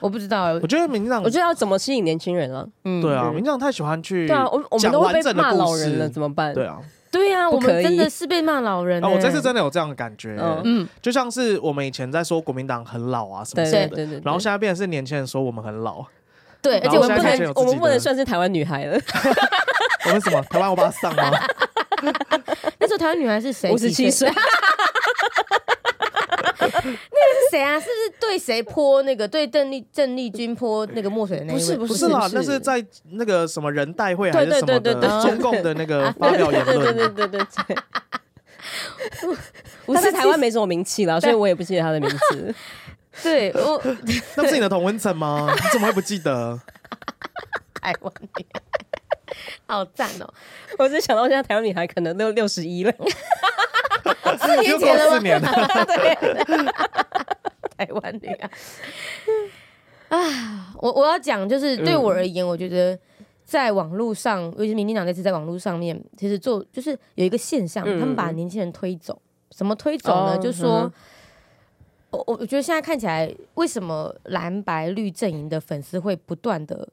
A: 我不知道，
B: 我觉得民进党
C: 我觉得要怎么吸引年轻人了？
A: 嗯
B: 对啊，
C: 嗯
B: 民进党太喜欢去
C: 对啊，我我们
B: 讲
C: 都
B: 完
C: 会被
B: 整的
C: 骂
B: 故
C: 老
B: 事
C: 人了，怎么办？
B: 对啊，
A: 对啊，
C: 不
A: 我们
C: 可以
A: 真的是被骂老人
B: 啊，我这次
A: 欸
B: 真的有这样的感觉
C: 嗯，
A: 嗯，
B: 就像是我们以前在说国民党很老啊什么
C: 对对
B: 什么
A: 是
C: 对
B: 的，
C: 对对，
B: 然后现在变成是年轻人说我们很老，
A: 对，而
B: 然
A: 且
B: 后
A: 我
C: 我
A: 们不
C: 们不
B: 现在
A: 能
B: 有
C: 能，
B: 自
C: 我
B: 己
C: 们不
B: 的
C: 能算是台湾女孩了。
B: 我们什么台湾欧巴桑吗？
A: 那时候台湾女孩是谁？
C: 五十
A: 几
C: 七岁，
A: 是谁啊？是不是对谁泼那个？对邓丽郑丽君泼那个墨水的那一位？
C: 不 是不
B: 不
C: 是
B: 是啦，
C: 是
B: 那是在那个什么人代会还
C: 对
B: 是什么
C: 对对对
B: 的
C: 对
B: 中共的那个发表言
C: 对对
B: 论，
C: 对对对。 但是台湾没什么名气啦，所以我也不记得他的名字。
A: 对我
B: 那不是你的同温层吗？你怎么会不记得？
A: 台湾女孩，好赞哦！
C: 我只想到现在台湾女孩可能都六十 一了，
A: 四
B: 又
A: 年
B: 过
A: 前了
B: 四
A: 吗？
B: 年了，
A: 台湾女孩 啊，我我要讲就是
C: 嗯
A: 对我而言，我觉得。在网络上，尤其是民进党这次在网络上面，其实做就是有一个现象，
C: 嗯
A: 他们把年轻人推走。怎么推走呢？
C: 哦
A: 就
C: 嗯
A: 说，我我我觉得现在看起来，为什么蓝白绿阵营的粉丝会不断的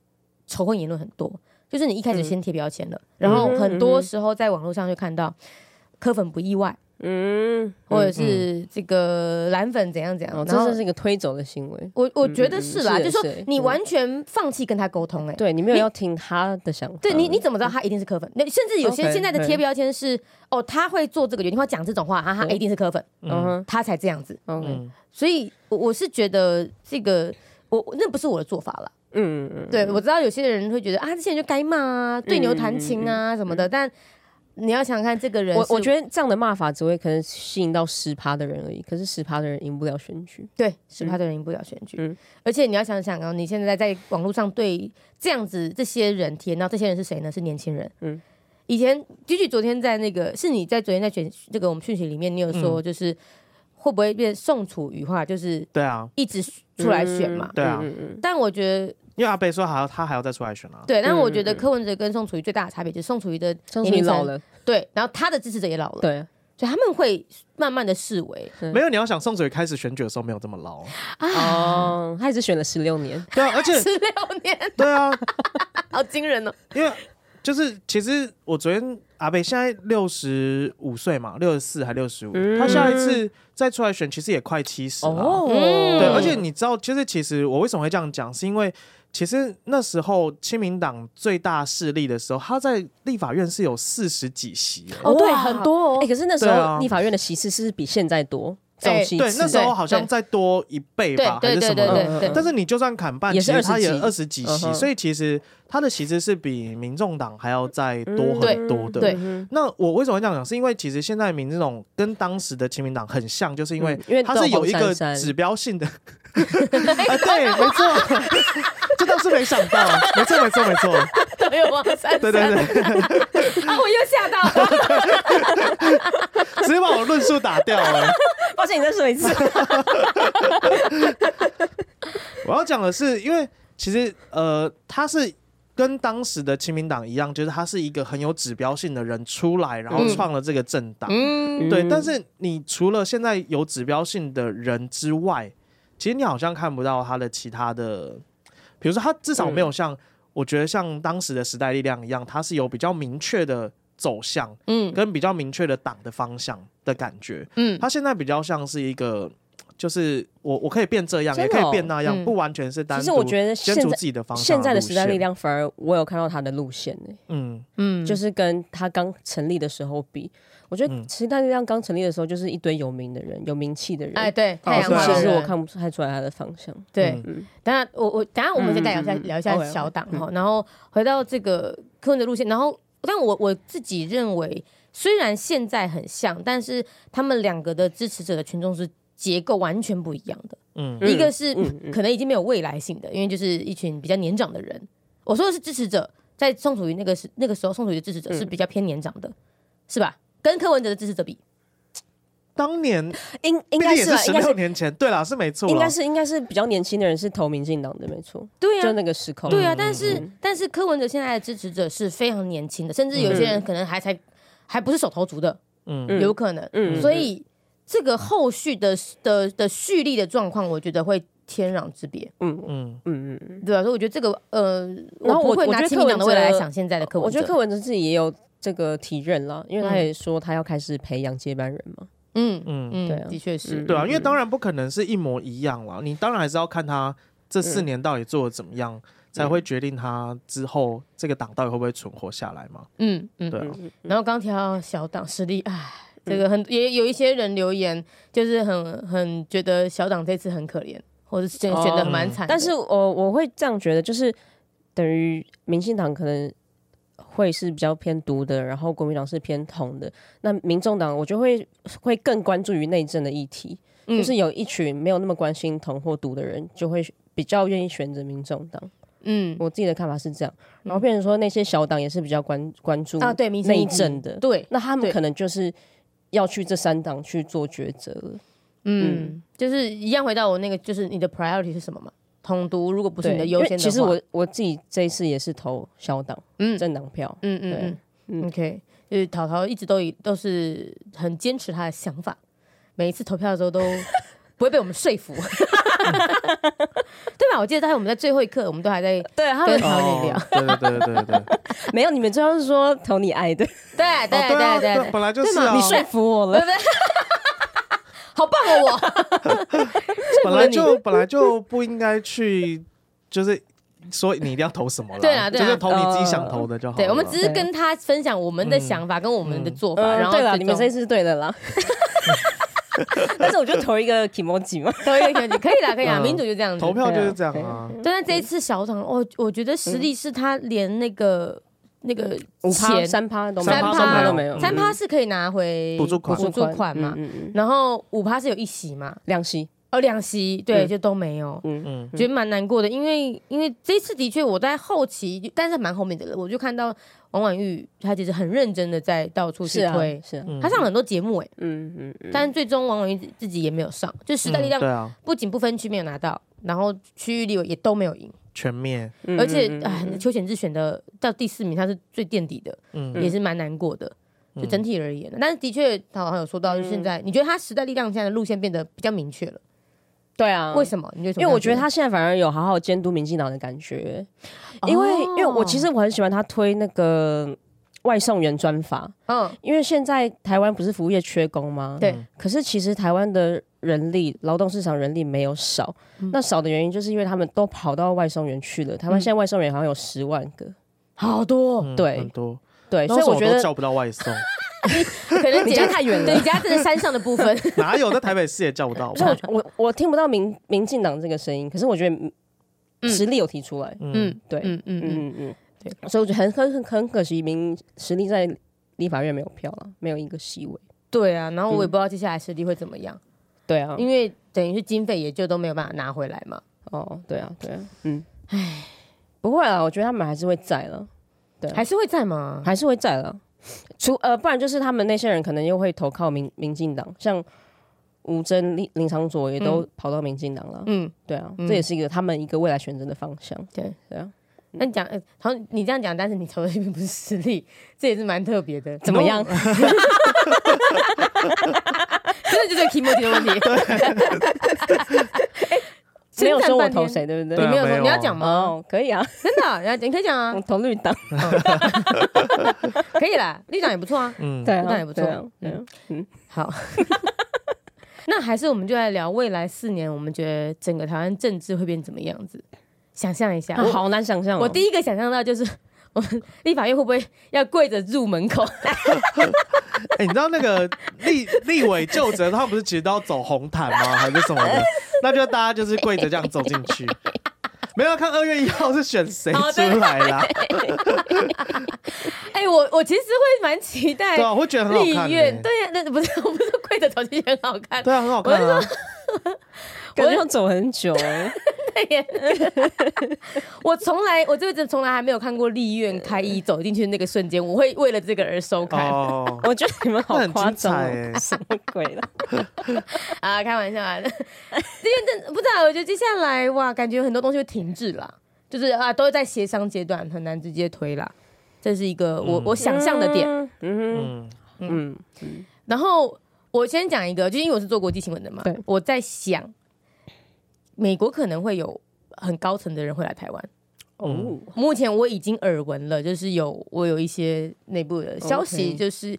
A: 仇恨言论很多？就是你一开始先贴标签了，然后
C: 嗯哼
A: 很多时候在网络上就看到科粉不意外，
C: 嗯，
A: 或者是这个蓝粉怎样怎
C: 哦，
A: 样，
C: 这
A: 然后
C: 真是一个推走的行为。
A: 我我
C: 嗯
A: 觉得
C: 嗯
A: 是
C: 是
A: 啦，
C: 也
A: 就是说
C: 是
A: 你
C: 嗯
A: 完全放弃跟他沟通、欸，哎，
C: 对，你没有
A: 你
C: 要听他的想法。
A: 对你你怎么知道他一定是磕粉？那甚至有些
C: 嗯 OK，
A: 现在的
C: 对
A: 贴标签是哦，他会做这个决定，会讲这种话啊，他
C: 对
A: 一定是磕粉，
C: 嗯哼
A: 他才这样子。
C: ，OK，
B: 嗯，
A: 所以，我我是觉得这个。我我那不是我的做法了，
C: 嗯嗯，
A: 对我知道有些人会觉得啊，这些人就该骂啊，对牛
C: 嗯
A: 弹琴啊什么的，但你要想想看这个人
C: 我
A: 是，
C: 我觉得这样的骂法只会可能吸引到十趴的人而已，可是十趴的人赢不了选举。
A: 对，十趴的人赢不了选举。
C: 嗯
A: 而且你要想想哦，你现在在网络上对这样子这些人体验到，这些人是谁呢？是年轻人。
C: 嗯
A: 嗯，以前菊菊昨天在那个是你在昨天在选这个我们讯息里面，你有说就是、会不会变宋楚瑜化，就是
B: 对啊，
A: 一直出来选嘛？
B: 对啊
C: 嗯嗯
A: 但我觉得
B: 因为阿贝说还要他还要再出来选啊，
A: 对，但
C: 嗯
A: 我觉得柯文哲跟宋楚瑜最大的差别就是宋楚瑜的
C: 张
A: 年龄层
C: 老了，
A: 对，然后他的支持者也老了，
C: 对，
A: 所以他们会慢慢的视为
B: 没有你要想宋楚瑜开始选举的时候没有这么老，
C: 哦，他也是选了十六年，
B: 对啊，而且
A: 十六年，
B: 对啊，
A: 好惊人 哦！
B: 因为就是其实我昨天阿北现在六十五岁嘛，六十四还六十五，
C: 嗯
B: 他下一次再出来选，其实也快七十
C: 哦
B: 了。
A: 嗯
B: 啊对，而且你知道，就是其实我为什么会这样讲，是因为其实那时候亲民党最大势力的时候，他在立法院是有四十几席耶。
A: 哦，对，
C: 哇
A: 很多哦
C: 哎、，可是那时
B: 对啊
C: 候立法院的席次是比现在多，这种
A: 哎
C: 席次、
B: 对，那时候好像
A: 对
B: 再多一倍吧，还
A: 对
B: 是什
A: 对
B: 么
A: 对
B: 的
A: 对
C: 嗯
A: 对
C: 嗯嗯
A: 对，
B: 但是你就算砍半，
C: 也
B: 其
C: 是
B: 实他也
C: 20
B: 二十几席，
C: 嗯哼
B: 所以其实他的席次是比民众党还要再多很多的。
A: 对
C: 嗯
B: 那我为什么会这样讲？是因为其实现在民这种跟当时的亲民党很像，就是因为
C: 嗯因为
B: 它是有一
C: 都
B: 个
C: 有黄珊珊
B: 指标性的，啊，对，没错，这倒是没想到，没错，没错，没错，
A: 没有王珊珊，
B: 对对对，
A: 啊，我又吓到了，
B: 直接把我论述打掉了。
C: 抱歉，你再说一次。
B: 我要讲的是，因为其实呃，它是。跟当时的亲民党一样，就是他是一个很有指标性的人出来，然后
A: 嗯
B: 创了这个政党。
A: 嗯，
B: 对，
C: 嗯
B: 但是你除了现在有指标性的人之外，其实你好像看不到他的其他的，比如说他至少没有像、我觉得像当时的时代力量一样，他是有比较明确的走向，
A: 嗯
B: 跟比较明确的党的方向的感觉。
A: 嗯
B: 他现在比较像是一个，就是我我可以变这样，
C: 真
B: 也
C: 的
B: 可以
C: 哦
B: 变那样，
A: 嗯
B: 不完全是单独。
C: 其实我觉得
B: 先
C: 现
B: 出
C: 在
B: 自己的方向。
C: 现在的时代力，量反而我有看到他的路线呢、
B: 嗯，
A: 嗯，
C: 就是是跟他刚成立的时候比，我觉
B: 嗯
C: 得时代力量刚成立的时候就是一堆有名的人，有名气的人。
A: 哎，对，
B: 哦
A: 太阳
B: 对啊
A: 花
C: 其实
A: 人
C: 我看不太出来他的方向。
A: 对
B: 嗯，
C: 嗯，
A: 当然，我我等一下我们再聊一下、
C: 嗯嗯嗯
A: 聊一下
C: OK，OK，
A: 小党哈，然后回到这个柯文哲路线，然后但我我自己认为，虽然现在很像，但是他们两个的支持者的群众是结构完全不一样的，
B: 嗯，
A: 一个是、
C: 嗯嗯
A: 可能已经没有未来性的，因为就是一群比较年长的人，我说的是支持者，在宋楚瑜那个时那个时候，宋楚瑜的支持者
C: 嗯
A: 是比较偏年长的，是吧？跟柯文哲的支持者比，
B: 当年
C: 应应
B: 毕
C: 该
B: 竟也
C: 是
B: 是
C: 啊
B: 十
C: 应该
B: 六
C: 是
B: 年啊前，对啦，是没错啦，
C: 应该是应该是比较年轻的人是投民进党的，没错，
A: 对
C: 就那个时空。
A: 对啊，但是、
C: 嗯
A: 但是柯文哲现在的支持者是非常年轻的，甚至有些人可能还才、还不是手头族的，
B: 嗯
C: 嗯
A: 有可能。
C: 嗯
A: 所以这个后续的的的蓄力的状况，我觉得会天壤之别，
C: 嗯
B: 嗯
C: 嗯嗯
A: 对吧、啊所以我觉得这个呃，
C: 然后
A: 我不
C: 我
A: 会
C: 我
A: 拿
C: 觉得
A: 亲民
C: 柯
A: 党
C: 文
A: 的未来
C: 哲
A: 来想现在的柯
C: 嗯，我
A: 文
C: 觉得
A: 哲，
C: 柯文哲自己也有这个体认啦，因为他
A: 嗯
C: 也说他要开始培养接班人嘛。
A: 嗯
B: 嗯
A: 嗯，
C: 对啊
A: 的确是，
C: 嗯
B: 对啊，因为当然不可能是一模一样啦，你当然还是要看他这
C: 嗯
B: 四年到底做的怎么样，才会决定他之后这个党到底会不会存活下来嘛。
A: 嗯嗯。
B: 对啊，
C: 嗯
A: 然后刚提到小党实力，唉，这个很也有一些人留言，就是很很觉得小党这次很可怜，或者是选选的
C: 哦
A: 蛮惨的，
C: 但是我我会这样觉得，就是等于民进党可能会是比较偏独的，然后国民党是偏统的。那民众党我就会会更关注于内政的议题，
A: 嗯
C: 就是有一群没有那么关心统或独的人，就会比较愿意选择民众党。
A: 嗯
C: 我自己的看法是这样，然后变成说那些小党也是比较关关注
A: 啊对民生议
C: 内
A: 题
C: 政的，
A: 对，
C: 那他们
A: 对
C: 可能就是要去这三党去做抉择了。
A: 嗯，就是一样回到我那个，就是你的 priority 是什么嘛？统独如果不是你的
C: 对
A: 优
C: 因为
A: 先的话
C: 其实我我自己这一次也是投小党
A: 嗯
C: 政党票，
A: 嗯
C: 对
A: 嗯嗯
C: 嗯
A: ，OK，就是淘淘一直都以都是很坚持他的想法，每一次投票的时候都不会被我们说 服， 对吧？我记得在我们在最后一刻，我们都还在
C: 对他
A: 跟
C: 们
A: 桃女聊，
B: 对对对对对 对，哦
C: 没有，你们最后是说投你爱的，
A: 对对
B: 对啊
A: 对对
B: 对，
A: 对，
B: 本来就是
A: 对嘛
B: 啊
C: 你，说服我
A: 哦对
C: 了
A: 不。对？好棒哦， 我
B: 本来就本来就不应该去，就是说你一定要投什么啦，
A: 对啊对啊
B: 就是投你自己想投的就好了。
A: 对，我们只
C: 哦
A: 是跟他分享我们的想法跟我们的做法，然后
C: 嗯呃对
A: 最
C: 了，
A: 终
C: 你们这一次是对 的啦。但是我就投一个 emoji 嘛，
A: 都有可以可以啦，可以 啦，
B: 嗯
A: 民主就这样子，
B: 投票就是这样啊，
A: 但是这一次小党，我我觉得实力是他连那个、那个
C: 五趴、
A: 钱
C: 三趴都没有，
A: 三
B: 三趴
C: 都没有，
A: 三趴是可以拿回
B: 补助款
A: 补助款嘛，
C: 嗯嗯嗯
A: 然后五趴是有一席嘛，
C: 两席，
A: 哦两席对、
C: 嗯
A: 就都没有。
C: 嗯
B: 嗯
A: 觉得蛮难过的，因为因为这次的确我在后期，但是蛮后面的了，我就看到王婉玉她其实很认真的在到处去
C: 是啊
A: 推，，
C: 是啊，
B: 嗯
A: 她上了很多节目哎、
C: 嗯嗯嗯，
A: 但是最终王婉玉自己也没有上，就时代力
B: 嗯
A: 量
B: 对啊，
A: 不仅不分区没有拿到，然后区域里也都没有赢。
B: 全灭，
C: 嗯
A: 而且
C: 嗯嗯
A: 哎，邱显志选的到第四名，他是最垫底的，
B: 嗯
A: 也是蛮难过的。
C: 嗯
A: 就整体而言，但是的确，他好像有说到，就是现在你觉得他时代力量现在的路线变得比较明确了，
C: 对啊，
A: 为什么？你觉得？
C: 因为我觉得他现在反而有好好监督民进党的感觉，
A: 哦
C: 因为、因为我其实我很喜欢他推那个外送员专法，
A: 嗯，
C: 因为现在台湾不是服务业缺工吗？
A: 对
B: 嗯
C: 可是其实台湾的人力劳动市场人力没有少，那少的原因就是因为他们都跑到外送员去了。台湾
A: 嗯
C: 现在外送员好像有十万个，
A: 好多，
B: 嗯
C: 对
B: 很多，
C: 对，所以
B: 那为什么
C: 我觉
B: 都
C: 得
B: 叫不到 外送，
A: 可能
C: 你家太远了
A: 对，你家这是山上的部分，
B: 哪有在台北市也叫 不到？
C: 所以我我我听不到民民进党这个声音，可是我觉得
A: 嗯
C: 嗯实力有提出来，
A: 嗯，
C: 对，嗯
A: 嗯嗯嗯，
C: 嗯嗯，
A: 对
C: 对，所以我觉得很很很很可惜，民实力在立法院没有票了，没有一个席位。
A: 对啊。然后
C: 嗯
A: 我也不知道接下来实力会怎么样，
C: 对啊，
A: 因为等于是经费也就都没有办法拿回来嘛。
C: 哦，对啊，对啊，嗯，唉，不会啊，我觉得他们还是会在了，对啊
A: 还是会在吗？
C: 还是会在了。除呃，不然就是他们那些人可能又会投靠民民进党，像吴征、林林长佐也都跑到民进党了。
A: 嗯，
C: 对啊，
A: 嗯
C: 这也是一个他们一个未来选择的方向。
A: 对
C: 对啊，
A: 那你讲，呃好像你这样讲，但是你投的并不是实力， 这也是蛮特别的。
C: 怎么样？
A: 真的就是 k i m o 的问题。 哎
C: 没有说我
A: 半天
C: 投谁，对不
A: 你
C: 对？
B: 对啊
A: 没有
B: 没
A: 说
B: 有
A: 你要讲吗？
C: 哦，可嗯以啊，
A: 真的啊，你要你可以讲啊
C: 我，投绿党，
A: 可以啦，立场也不错 啊。
B: 嗯，
C: 对啊，
A: 绿党也不错
C: 对啊对啊嗯，
A: 好， 那还是我们就来聊未来四年，我们觉得整个台湾政治会变怎么样子？想象一下，
C: 啊好难想象哦。
A: 我第一个想象到就是 我们立法院会不会要跪着入门口？
B: 哎、你知道那个立立委就职，他们不是其实都要走红 毯吗？还是什么的？那就大家就是跪着这样走进去， 没有看二月一号是选谁
A: 哦
B: 出
A: 对
B: 来 啦？
A: 哎、我我其实会蛮期待
B: 对啊，我会觉得很好
A: 立
B: 看、
A: 院，
B: 欸。
A: 对呀、那不是 我不是跪着走进去很好看，
B: 对啊，很好看啊！
C: 感觉要走很久哦，
A: 我从来我这辈子从来还没有看过立院开议走进去那个瞬间，我会为了这个而收看、
B: 哦，
C: 我觉得你们 好
B: 那很
C: 夸
B: 精
C: 张
B: 彩
C: 哦，
B: 哎、
C: 什么 鬼啦？
A: 啊，开玩笑啊，立院真不知道，我觉得接下来哇，感觉有很多东西会停滞啦，就是啊都在协商阶段，很难直接推啦，这是一个我、我想象的点。
C: 嗯
B: 嗯，
C: 哼嗯，
A: 然后我先讲一个，就因为我是做国际新闻的嘛
C: 对，
A: 我在想，美国可能会有很高层的人会来台湾。
C: 哦，
A: 目前我已经耳闻了，就是有我有一些内部的消息
C: OK
A: 就是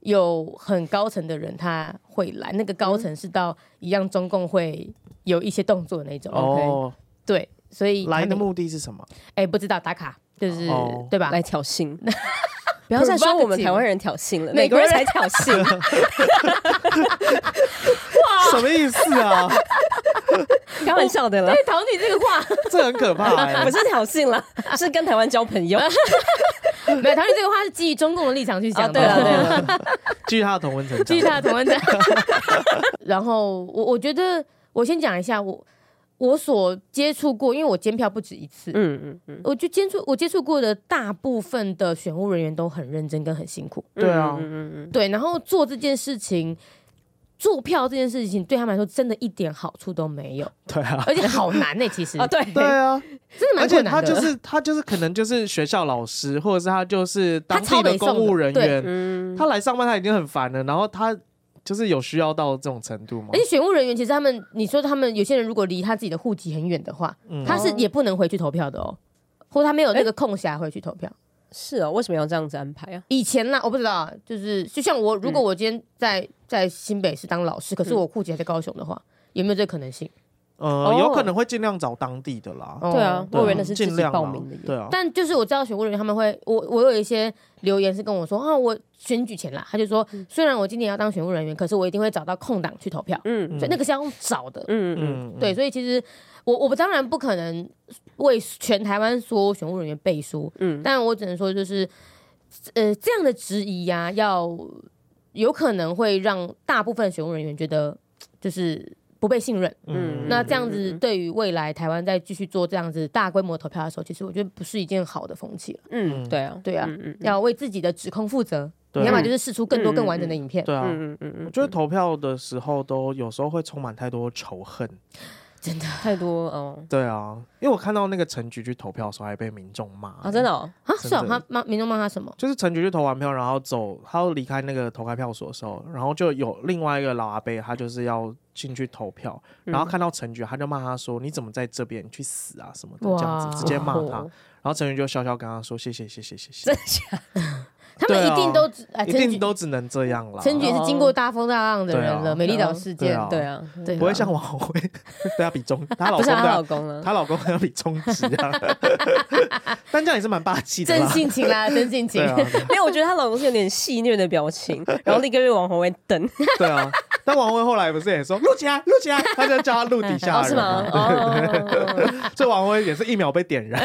A: 有很高层的人他会来，那个高层是到一样中共会有一些动作的那种。
B: 哦，
A: 对，所以
B: 来
A: 他
B: 的
A: 们
B: 目的是什么？
A: 哎不知道打卡就是、
B: 哦
A: 对吧？
C: 来挑衅。不要再说我们
A: Provocative
C: 台湾人挑衅了，
A: 美
C: 美
A: 国
C: 国
A: 人
C: 人才挑衅，
B: 什么意思 啊？
C: 开玩笑的啦
A: 哎，，桃女这个 话，
B: 这很可怕哎、
C: 不是挑衅 啦，是跟台湾交朋友。
A: 没有桃女这个话是基于中共的立场去讲
C: 啊，
A: 的。
C: 对了对了，
B: 基于他的同温层长，
A: 继续他的同 文章。 然后我我觉得我先讲一下我我所接触过，因为我监票不止一次，
C: 嗯嗯嗯，
A: 我就接触我接触过的大部分的选务人员都很认真跟很辛苦，
B: 对啊
C: 嗯嗯嗯
A: 对，然后做这件事情。做票这件事情对他们来说真的一点好处都没有，
B: 对啊，
A: 而且好难呢、其实
C: 嗯，啊，对
B: 对啊，
A: 真的
B: 而
A: 蛮
B: 且
A: 困难的。
B: 他就是他就是可能就是学校老师，或者是他就是当
A: 他超
B: 地
A: 北
B: 的
A: 宋的
B: 公务人
A: 对
B: 员，
C: 嗯，
B: 他来上班他已经很烦了，然后他就是有需要到这种程度吗
A: 而？且选务人员其实他们，你说他们有些人如果离他自己的户籍很远的话，
B: 嗯
A: 他是
C: 哦
A: 也不能回去投票的哦，或他没有那个空暇回去投票。
C: 是哦，为什么要这样子安排啊？
A: 以前啦，我不知道啊，就是就像我，如
B: 嗯
A: 果我今天在、在新北市当老师，可是我户籍还在高雄的话，有没有这个可能性？
B: 呃，有
C: 哦
B: 可能会尽量找当地的啦。
A: 哦
C: 对啊，
B: 对
C: 我
B: 啊
C: 以为那是自
B: 尽
C: 己
B: 量啦
C: 报名的耶。
B: 对啊，
A: 但就是我知道选务人员他们会，我我有一些留言是跟我说啊，我选举前啦，他就说，
C: 嗯
A: 虽然我今年要当选务人员，可是我一定会找到空档去投票，
C: 嗯
A: 所以那个是要用找的。
C: 嗯嗯，
B: 嗯，
A: 对，所以其实我我当然不可能为全台湾所有选务人员背书，嗯，但我只能说就是，呃，这样的质疑呀、要有可能会让大部分选务人员觉得就是不被信任。
C: 嗯
A: 那这样子对于未来台湾再继续做这样子大规模投票的时候，其实我觉得不是一件好的风气了。
C: 嗯，对啊，
A: 对啊，
C: 嗯嗯嗯
A: 要为自己的指控负责，
B: 对嗯
A: 你要么就是试出更多更完整的影片，
B: 对啊，
C: 嗯嗯嗯嗯，
B: 我觉得投票的时候都有时候会充满太多仇恨。
A: 真的
C: 太多哦
B: 对啊，因为我看到那个陈菊去投票的时候还被民众骂
C: 啊，真的哦，
A: 啊，是哦，
B: 真的
A: 他骂民众骂他什么？
B: 就是陈菊去投完票，然后走，他要离开那个投开票所的时候，然后就有另外一个老阿伯，他就是要进去投票，然后看到陈菊，他就骂他说：“你怎么在这边？你去死啊！”什么的，这样子直接骂他。
A: 哦
B: 然后陈菊就笑笑跟他说：“谢谢，谢谢，谢谢。
A: 他们
B: 对啊
A: 一定都只哎
B: 一
A: 陈
B: 定
A: 菊
B: 都只能这样啦，
A: 陈菊也是经过大风大浪的人
B: 对
A: 了，
B: 啊
A: 美丽岛事件，
B: 啊
C: 对啊，
A: 对啊
B: 不会像王宏辉 对他比中，他老
C: 不是
B: 公对
C: 啊她老
B: 他
C: 公啊，
B: 她老公跟他比中指啊， 但这样也是蛮霸气的
A: 真
B: 啦。
A: 性情 啦，真性情
B: 对。啊，
C: 没有，我觉得她老公是有点戏谑的表 情，然后立刻被王宏威瞪。
B: 对啊。但王宏辉后来不是也说啊录起来，录起来，他就叫他录底下
C: 哦，
B: 的
C: 是
B: 人
C: 吗
B: 啊？
C: 哦，
B: 所以王威也是一秒被点燃。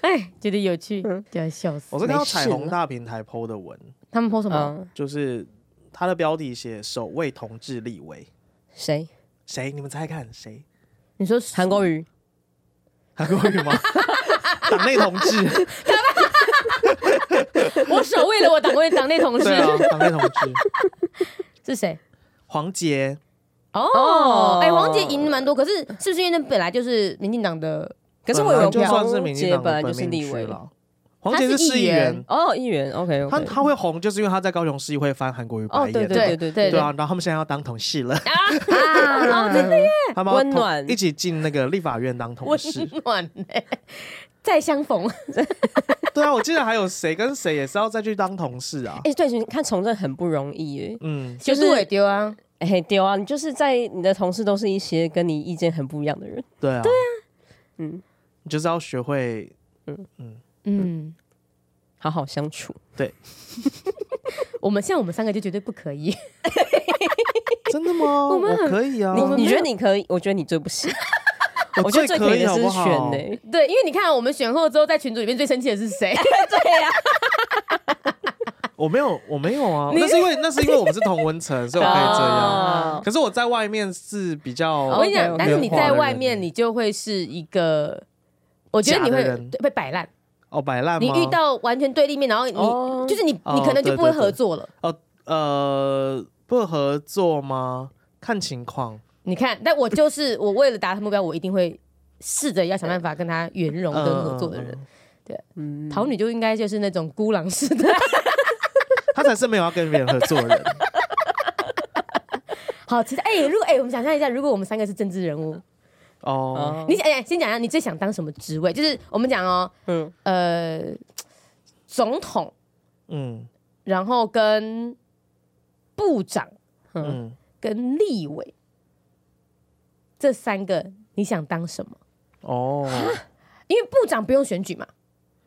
A: 哎，觉得有趣，就要笑死
B: 嗯我。是看到彩
C: 没
B: 虹
C: 事
B: 大平台 PO 的文，
A: 他们 p 什么？
C: 嗯，
B: 就是它的标题写“首位同志立威
C: 谁？”，
B: 谁？你们猜看谁？
A: 你说
C: 韩国瑜。
B: 韩国 瑜吗？党内同志，
A: 我守卫了我
B: 啊
A: 党内党内同事
B: 对啊，党内同志，
A: 是谁？
B: 黄杰，
A: 哦，哎，王杰赢蛮多，可是是不是因为那本来就是民进党的？
C: 可是我
B: 本
C: 有
B: 来就算是
C: 黄
B: 民进
C: 杰
B: 党
C: 本
B: 的
C: 来就
B: 本
C: 是
B: 命
C: 立
B: 区
C: 委，
B: 了。黄杰是市议员，
C: 哦，议员，OK
B: 他
C: OK，
B: 他会红，就是因为他在高雄市议会翻韩国瑜白
C: 哦，
B: 眼，
C: 对对对哎
A: 对
B: 对啊，然后他们现在要当同事了，
A: 啊，真的
B: 他们要
C: 温
B: 同
C: 暖
B: 一起进那个立法院当同
A: 温
B: 事。
A: 暖哎，再相逢。
B: 对啊，我记得还有谁跟谁也是要再去当同事啊。
C: 哎，对，你看从政很不容易耶，
B: 嗯，
A: 就
C: 就是
A: 是也丢啊，
C: 哎，丢啊，你就是在你的同事都是一些跟你意见很不一样的人，
B: 对啊，对啊，
C: 嗯，
B: 你就是要学会
A: 嗯，
C: 好好相处。
A: 我们像我们三个就绝对不可以，
C: 哎
B: 真的吗？
A: 我们很
B: 可以啊，
C: 你
A: 们
C: 你
A: 没
C: 觉得
A: 有
C: 你可以？我觉得你最不行。
B: 我
C: 我觉
B: 最
C: 得最
B: 可
C: 以
B: 以
C: 的
B: 好
C: 是
B: 不
C: 选
B: 好？
C: 呢、
A: 对，因为你看我们选后之后，在群组里面最生气的是谁？
C: 对呀、
B: 我没有，我没有 啊，那是因为那是因为我们是同温层，所以我可以这样。
C: 啊
B: 可是我在外面是比
A: 我
B: 较
A: 跟你讲，
C: OK，OK
A: 但是你在外面，你就会是一个，我觉得你
B: 假
A: 会
B: 的人
A: 对被摆烂。
B: 哦摆烂
A: 你
B: 吗？
A: 遇到完全对立面，然后你
C: 哦
A: 就是你，你可能就不会合作了。
B: 呃不合作吗？看情况。
A: 你看，但我就是我为了达成目标，我一定会试着要想办法跟他圆融跟合作的
B: 嗯
A: 人。
C: 嗯，
A: 桃女就应该就是那种孤狼式的，
B: 他才是没有要跟别人合作的人。
A: 好期待。哎，如果哎，我们想象一下，如果我们三个是政治人物，
B: 哦，
A: 你哎先讲一下你最想当什么职位？就是我们讲哦，
C: 嗯
A: 呃，总统，
B: 嗯
A: 然后跟部长
C: 嗯，
B: 嗯，
A: 跟立委这三个，你想当什么？
B: 哦，
A: 因为部长不用选举嘛，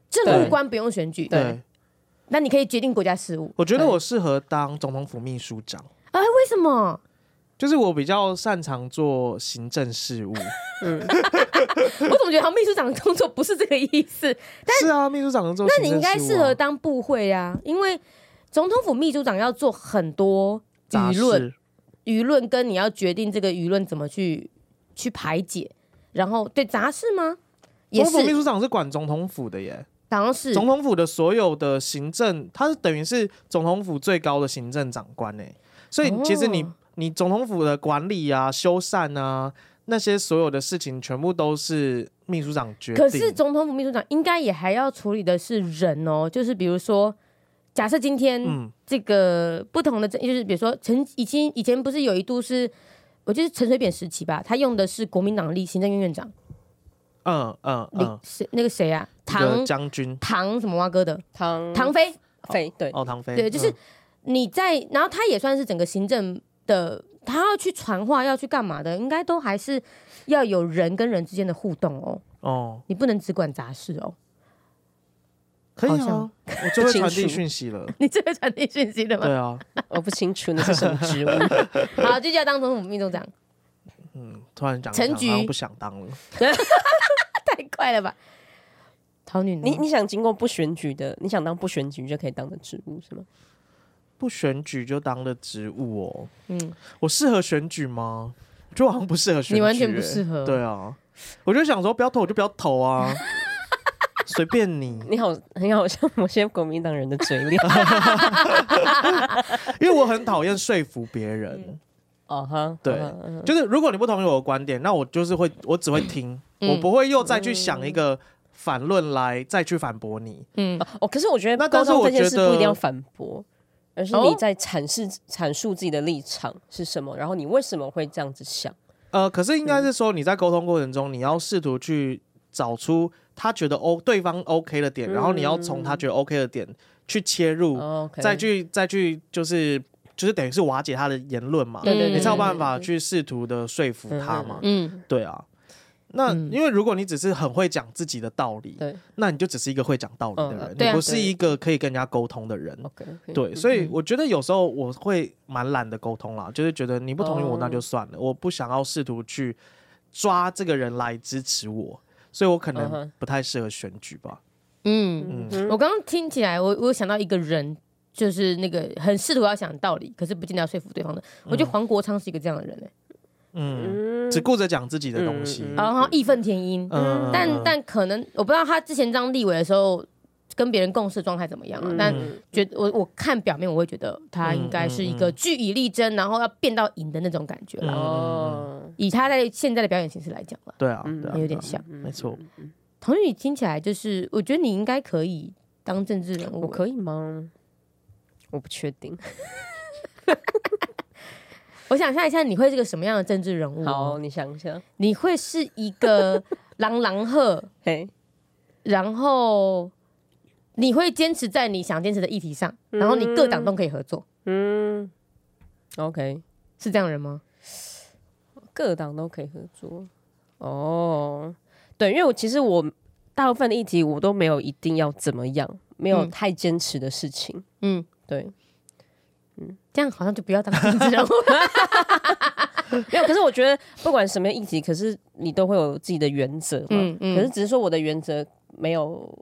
A: 政务
B: 对
A: 官不用选举，
B: 对，
A: 那你可以决定国家事务。
B: 我觉得我适合当总统府秘书长，
A: 哎，为什么？
B: 就是我比较擅长做行政 事务。
A: 我怎么觉得好像秘书长的工作不是这个意 思？
B: 是啊，秘书长做
A: 那
B: 行政事务啊，
A: 你应该适合当部会啊，因为总统府秘书长要做很多
B: 杂
A: 舆
B: 事
A: 论，舆论跟你要决定这个舆论怎么去去排解，然后对杂事吗？也
B: 总统府秘
A: 是，
B: 书长是管总统府的耶，
A: 好像是
B: 总统府的所有的行政，他是等于是总统府最高的行政长官呢。所以其实你、
A: 哦
B: 你总统府的管理啊、修缮啊那些所有的事情，全部都是秘书长决定。
A: 可是总统府秘书长应该也还要处理的是人哦，就是比如说，假设今天
B: 嗯，
A: 这个不同的政，就是比如说陈以前以前不是有一度是，我记得陈水扁时期吧，他用的是国民党立行政院院长
B: 嗯嗯
A: 李
B: 嗯，
A: 谁、那个谁啊，
B: 一个
A: 唐
B: 将军
A: 唐什么啊蛙哥的
C: 唐
A: 唐飞，
C: 飞对，
B: 哦，唐飞，
A: 对，就是
B: 嗯
A: 你在，然后他也算是整个行政的，他要去传话，要去干嘛的，应该都还是要有人跟人之间的互动哦，
B: 哦，
A: 你不能只管杂事哦。
B: 可以
A: 好像
B: 啊，我就会传
C: 不
B: 递
C: 清楚
B: 讯息了。
A: 你这个传递讯息的吗？
B: 对啊，
C: 我不清楚那是什么职务。
A: 好，就叫当总统秘书长，
B: 嗯突然讲，
A: 陈
B: 讲
A: 菊
B: 好像不想当了。
A: 太快了吧？桃女呢，
C: 你你想经过不选举的，你想当不选举就可以当的职务是吗？
B: 不选举就当了职务哦。
A: 嗯
B: 嗯，我适合选举吗？我觉得我好像不适合选举、
A: 你完全
B: 欸
A: 不适合
B: 对啊，我就想说，不要投我就不要投 啊，随便你。
C: 你好，很好像某些国民党人的嘴脸。
B: 因为我很讨厌说服别
A: 嗯
B: 人，
C: 哦哈，
B: 对
C: 嗯哼
B: 就是如果你不同意我的观点，那我就是会，我只会听，
A: 嗯
B: 我不会又再去想一个反论来再去反驳你。
A: 嗯，
C: 哦，可是我觉
B: 那
C: 得
B: 但
C: 沟
B: 是
C: 通
B: 我
C: 这件
B: 觉
C: 事不一定要
B: 得
C: 反驳，而是
A: 哦
C: 你在阐释、阐述自己的立场是什么，然后你为什么会这样子想。
B: 呃，可是应该是说你在沟通过程中，你要试图去找出他觉得 O 对方 OK 的
A: 嗯
B: 点，然后你要从他觉得 OK 的点去切入，
C: 哦 OK，
B: 再去再去就是就是等于是瓦解他的言论嘛，
C: 对对嗯对，
B: 你才有
C: 对
B: 办法去试图的说服他嘛，
A: 嗯，
B: 对啊。那
A: 嗯
B: 因为如果你只是很会讲自己的道理，
C: 对
B: 那你就只是一个会讲道理的
C: 嗯
B: 人，
A: 对啊
B: 你不是一个可以跟人家沟通的人。
C: OK，嗯
B: 对，所以我觉得有时候我会蛮懒得沟通啦，就是觉得你不同意我
C: 哦
B: 那就算了，我不想要试图去抓这个人来支持我，所以我可
C: 嗯
B: 能
C: 哼
B: 不太适合选举吧。
A: 嗯，我刚刚听起来，我我有想到一个人，就是那个很试图要想道理，可是不见得要说服对方的。我觉得黄国昌是一个这样的人哎、
B: 嗯，
C: 嗯
B: 只顾着讲自己的东西。
C: 嗯嗯
A: 然后义愤填膺，
B: 嗯
A: 但但可能我不知道他之前当立委的时候，跟别人共事状态怎么样啊。
C: 嗯
A: 但觉得我我看表面，我会觉得他应该是一个据以力争，然后要变到赢的那种感觉啦。
C: 哦，
A: 以他在现在的表演形式来讲吧，
B: 对啊，
C: 嗯
B: 对啊，
A: 有
B: 对
A: 点
B: 啊
A: 像。
B: 没错。
A: 唐宇听起来就是，我觉得你应该可以当政治人物。
C: 我可以吗？我不确定。
A: 我想象一下，你会是个什么样的政治人物？
C: 好，，你想一下，
A: 你会是一个狼狼赫，
C: 嘿，
A: 然后你会坚持在你想坚持的议题上，然后你各党都可以合作，
C: 嗯，OK，
A: 是这样的人吗？
C: 各党都可以合作。哦，对，因为我其实我大部分的议题我都没有一定要怎么样，没有
A: 嗯
C: 太坚持的事情。
A: 嗯，
C: 对，嗯
A: 这样好像就不要当政治人 物。
C: 没有。可是我觉得不管什么议题，可是你都会有自己的原则嘛。
A: 嗯嗯
C: 可是只是说我的原则没有，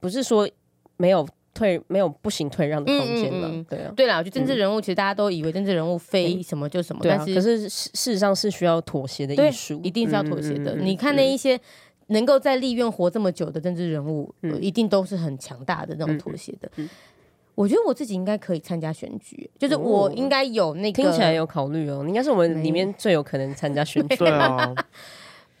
C: 不是说没有退，没有不行退让的空间嘛。
A: 嗯嗯嗯嗯
C: 对啊。
A: 对啦，我觉得政治人物其实大家都以为政治人物非什么就什么，
C: 对啊，
A: 但
C: 可是事事实上是需要妥协的
A: 对
C: 艺术，
A: 一定是要妥协的。
C: 嗯嗯嗯
A: 你看那一些能够在立院活这么久的政治人物，
C: 嗯
A: 呃一定都是很强大的那种妥协的。我觉得我自己应该可以参加选举，就是我
C: 哦
A: 应该有那个
C: 听起来有考虑哦，你应该是我们里面最有可能参加 选举。
B: 对 啊，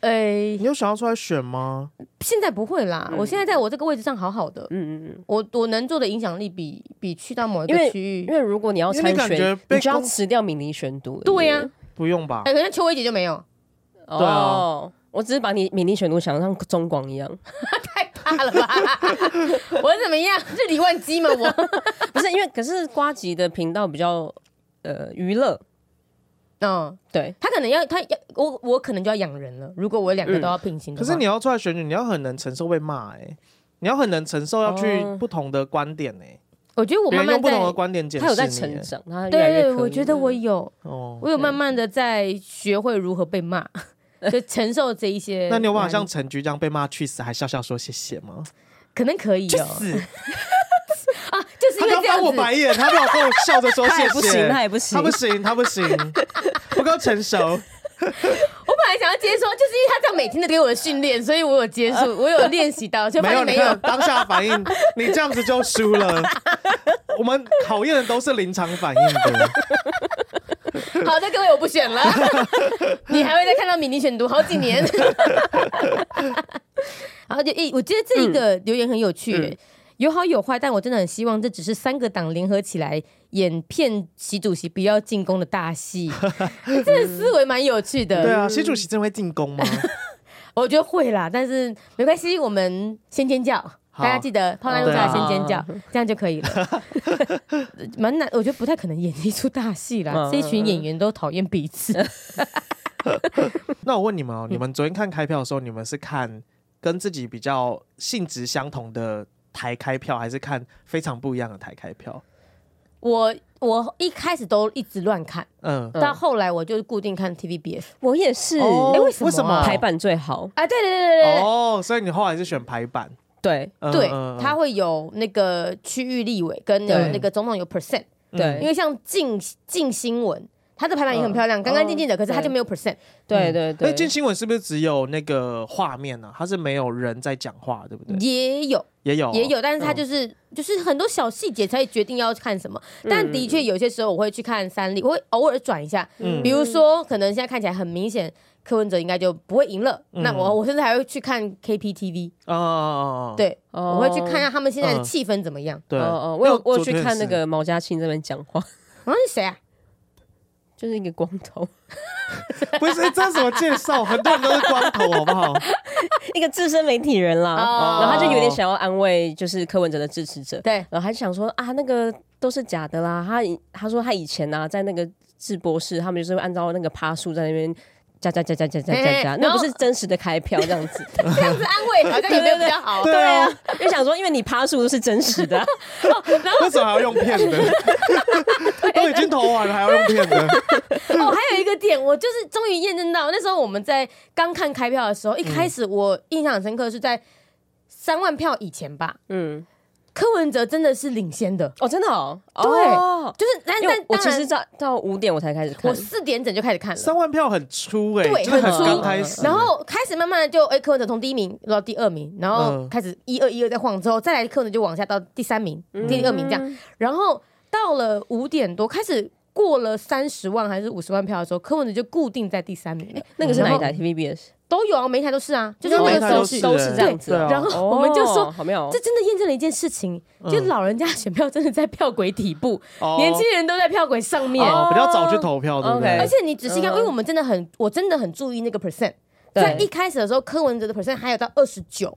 A: 呃
B: 你，有想要出来选吗？
A: 现在不会啦，
C: 嗯
A: 我现在在我这个位置上好好的，
C: 嗯嗯嗯，
A: 我我能做的影响力比比去到某一
C: 因
A: 个
C: 为
A: 区
C: 因
A: 域，
C: 为如果你要参
B: 因为你感觉
C: 选，
B: 被
C: 你就要
B: 攻
C: 辞掉敏尼选读。
A: 对呀、
B: 不用吧
A: 哎、，可是邱伟姐就没有，
C: 对不对，
B: 对啊
C: 啊哦，我只是把你敏尼选读想得像中广一样，
A: 太怕了 吧？我怎么样？是李万基吗？我
C: 不是因为可是瓜吉的频道比较呃娱乐，
A: 嗯，
C: 对，
A: 他可能要他要我我可能就要养人了，如果我
C: 嗯
A: 两个都要并行的
B: 可
A: 话、
B: 是你要出来选举，你要很能承受被骂哎、你要很能承受要去
C: 哦
B: 不同的观点哎、
A: 我觉得我
B: 别
A: 慢慢
B: 人用不同的
A: 在。
B: 观点解释
C: 他
B: 你、
C: 有
B: 欸。
C: 在成长，他越来 越
A: 对，
C: 可以
A: 我觉得我有，
B: 哦，
A: 我有慢慢的在学会如何被骂， 就承受这一些压力。
B: 那你有办法像陈局这样被骂去死，还笑笑说谢谢吗？
A: 可能可以
B: 去
A: 哦，
B: 死！
A: 就是
B: 他
A: 因为
B: 刚
A: 这样
B: 翻我
A: 子，
B: 白眼，他没有跟我笑着说
C: 他
B: 谢
C: 也不行，
B: 谢，
C: 他也不行
B: 他不，行，他不行，不够成熟。
A: 我本来想要接受，就是因为他这样每天都给我的训练，所以我有接 触，我有练习到，就发
B: 没有，
A: 现
B: 你
A: 没有
B: 看。当下 反应，你这样子就输了。我们考验的都是临场反应的，
A: 好的，各位，我不选了。你还会再看到米妮选读好几年。 然后就一，我觉得这一个留言很有趣、
C: 嗯
A: 有好有坏，但我真的很希望这只是三个党联合起来演骗习主席不要进宫的大 戏。这个思维蛮有趣的，
B: 对啊，习主席真会进攻吗？
A: 我觉得会啦，但是没关系，我们先尖叫，
B: 好
A: 大家记得泡烂
C: 啊
A: 路上先尖叫，这样就可以 了。蛮难，我觉得不太可能演一出大戏啦
C: 嗯，
A: 这一群演员都讨厌彼此。
B: 那我问你 们哦，你们昨天看开票的时候，你们是看跟自己比较性质相同的台开票，还是看非常不一样的台开票？
A: 我我一开始都一直乱看，
B: 嗯，
C: 嗯
A: 到后来我就固定看 TVBS。
C: 我也是，
B: 哦
A: 哎为什么啊
B: 为什么
C: 排版最好，
A: 啊，对对对对对。
B: 哦，所以你后来是选排版，
C: 对
B: 嗯
A: 对
B: 嗯，嗯
A: 它会有那个区域立委跟有
C: 对
A: 那个总统有 percent，
C: 对
B: 嗯
A: 因为像静静新闻，它的排版也很漂亮，干干净净的，可是它就没有 percent，
C: 对对
B: 那
C: 对，
B: 嗯哎进新闻是不是只有那个画面呢、啊？它是没有人在讲话，对不对？
A: 也有
B: 也有，
A: 嗯也有，但是它
B: 嗯
A: 就是、就是很多小细节才决定要看什么。但的确有些时候我会去看三立，我会偶尔转一下，
B: 嗯
A: 比如说可能现在看起来很明显。柯文哲应该就不会赢了，那我我甚至还会去看 KPTV，、
B: 啊啊啊！啊，
A: 对、
C: 哦
A: 我会去看一下他们现在的
B: 嗯
A: 气氛怎么样。
B: 对，哎
C: 哦哦，我有我有去
B: 昨天
C: 看那
B: 是
C: 个毛家庆这边讲话，
A: 好像是谁啊？
C: 就是一个光头，
B: 不是哎这是什么介绍？很多人都是光头，好不好？
C: 哦一个资深媒体人啦。
A: 哦
C: 然后他就有点想要安慰，就是柯文哲的支持者，
A: 对，
C: 然后他就想说啊，那个都是假的啦。他以他说他以前呢、啊，在那个直播室，他们就是会按照那个趴数在那边加加加加加加加加，
A: 嘿嘿
C: 那不是真实的开票这 样子。
A: 这样子安 慰好像有没有比较好？
B: 对啊，
C: 就想说，因为你趴数都是真 实的啊、
B: 为什么还要用 骗的？都已经投完了，还要用骗的？
A: 哦，还有一个点，我就是终于验证到，那时候我们在刚看开
C: 嗯
A: 票的时候，一开始我印象很深刻是在三万票以前吧，
C: 嗯，
A: 柯文哲真的是领先的，
C: 哦，真的哦，
A: 对
C: 哦
A: 就是但
C: 因为
A: 但
C: 我
A: 当
C: 其
A: 然
C: 实到到五点我才开始看
A: 我，四点整就开始看了，
B: 三万票很粗哎、
A: 对
B: 真的
A: 很粗
B: 刚开始。
A: 然后开始慢慢的就，哎、柯文哲从第一名落到第二名，然后
B: 嗯
A: 开始一二一二再晃之后，再来柯文哲就往下到第三名、
B: 嗯
A: 第二名这样，然后到了五点多开始。过了三十万还是五十万票的时候，柯文哲就固定在第三名了。
C: 那个是哪一
A: 嗯然
C: 台 TVBS？
A: 后？都有啊，每一台都是啊，就是
B: 因
A: 那
B: 为每一
A: 个
B: 台
A: 手
B: 都
A: 续
B: 是
C: 都是这样
A: 对
C: 子哦，
B: 对啊
A: 然后我们就说
C: 哦好妙哦，
A: 这真的验证了一件事情，就
B: 嗯
A: 老人家选票真的在票轨底部，
B: 哦
A: 年轻人都在票轨上面。
B: 哦，比较早去投票，对不对？
C: OK
A: 而且你仔细看，
C: 嗯
A: 因为我们真的很，我真的很注意那个 percent。
C: 对
A: 在一开始的时候，柯文哲的 percent 还有到二十九，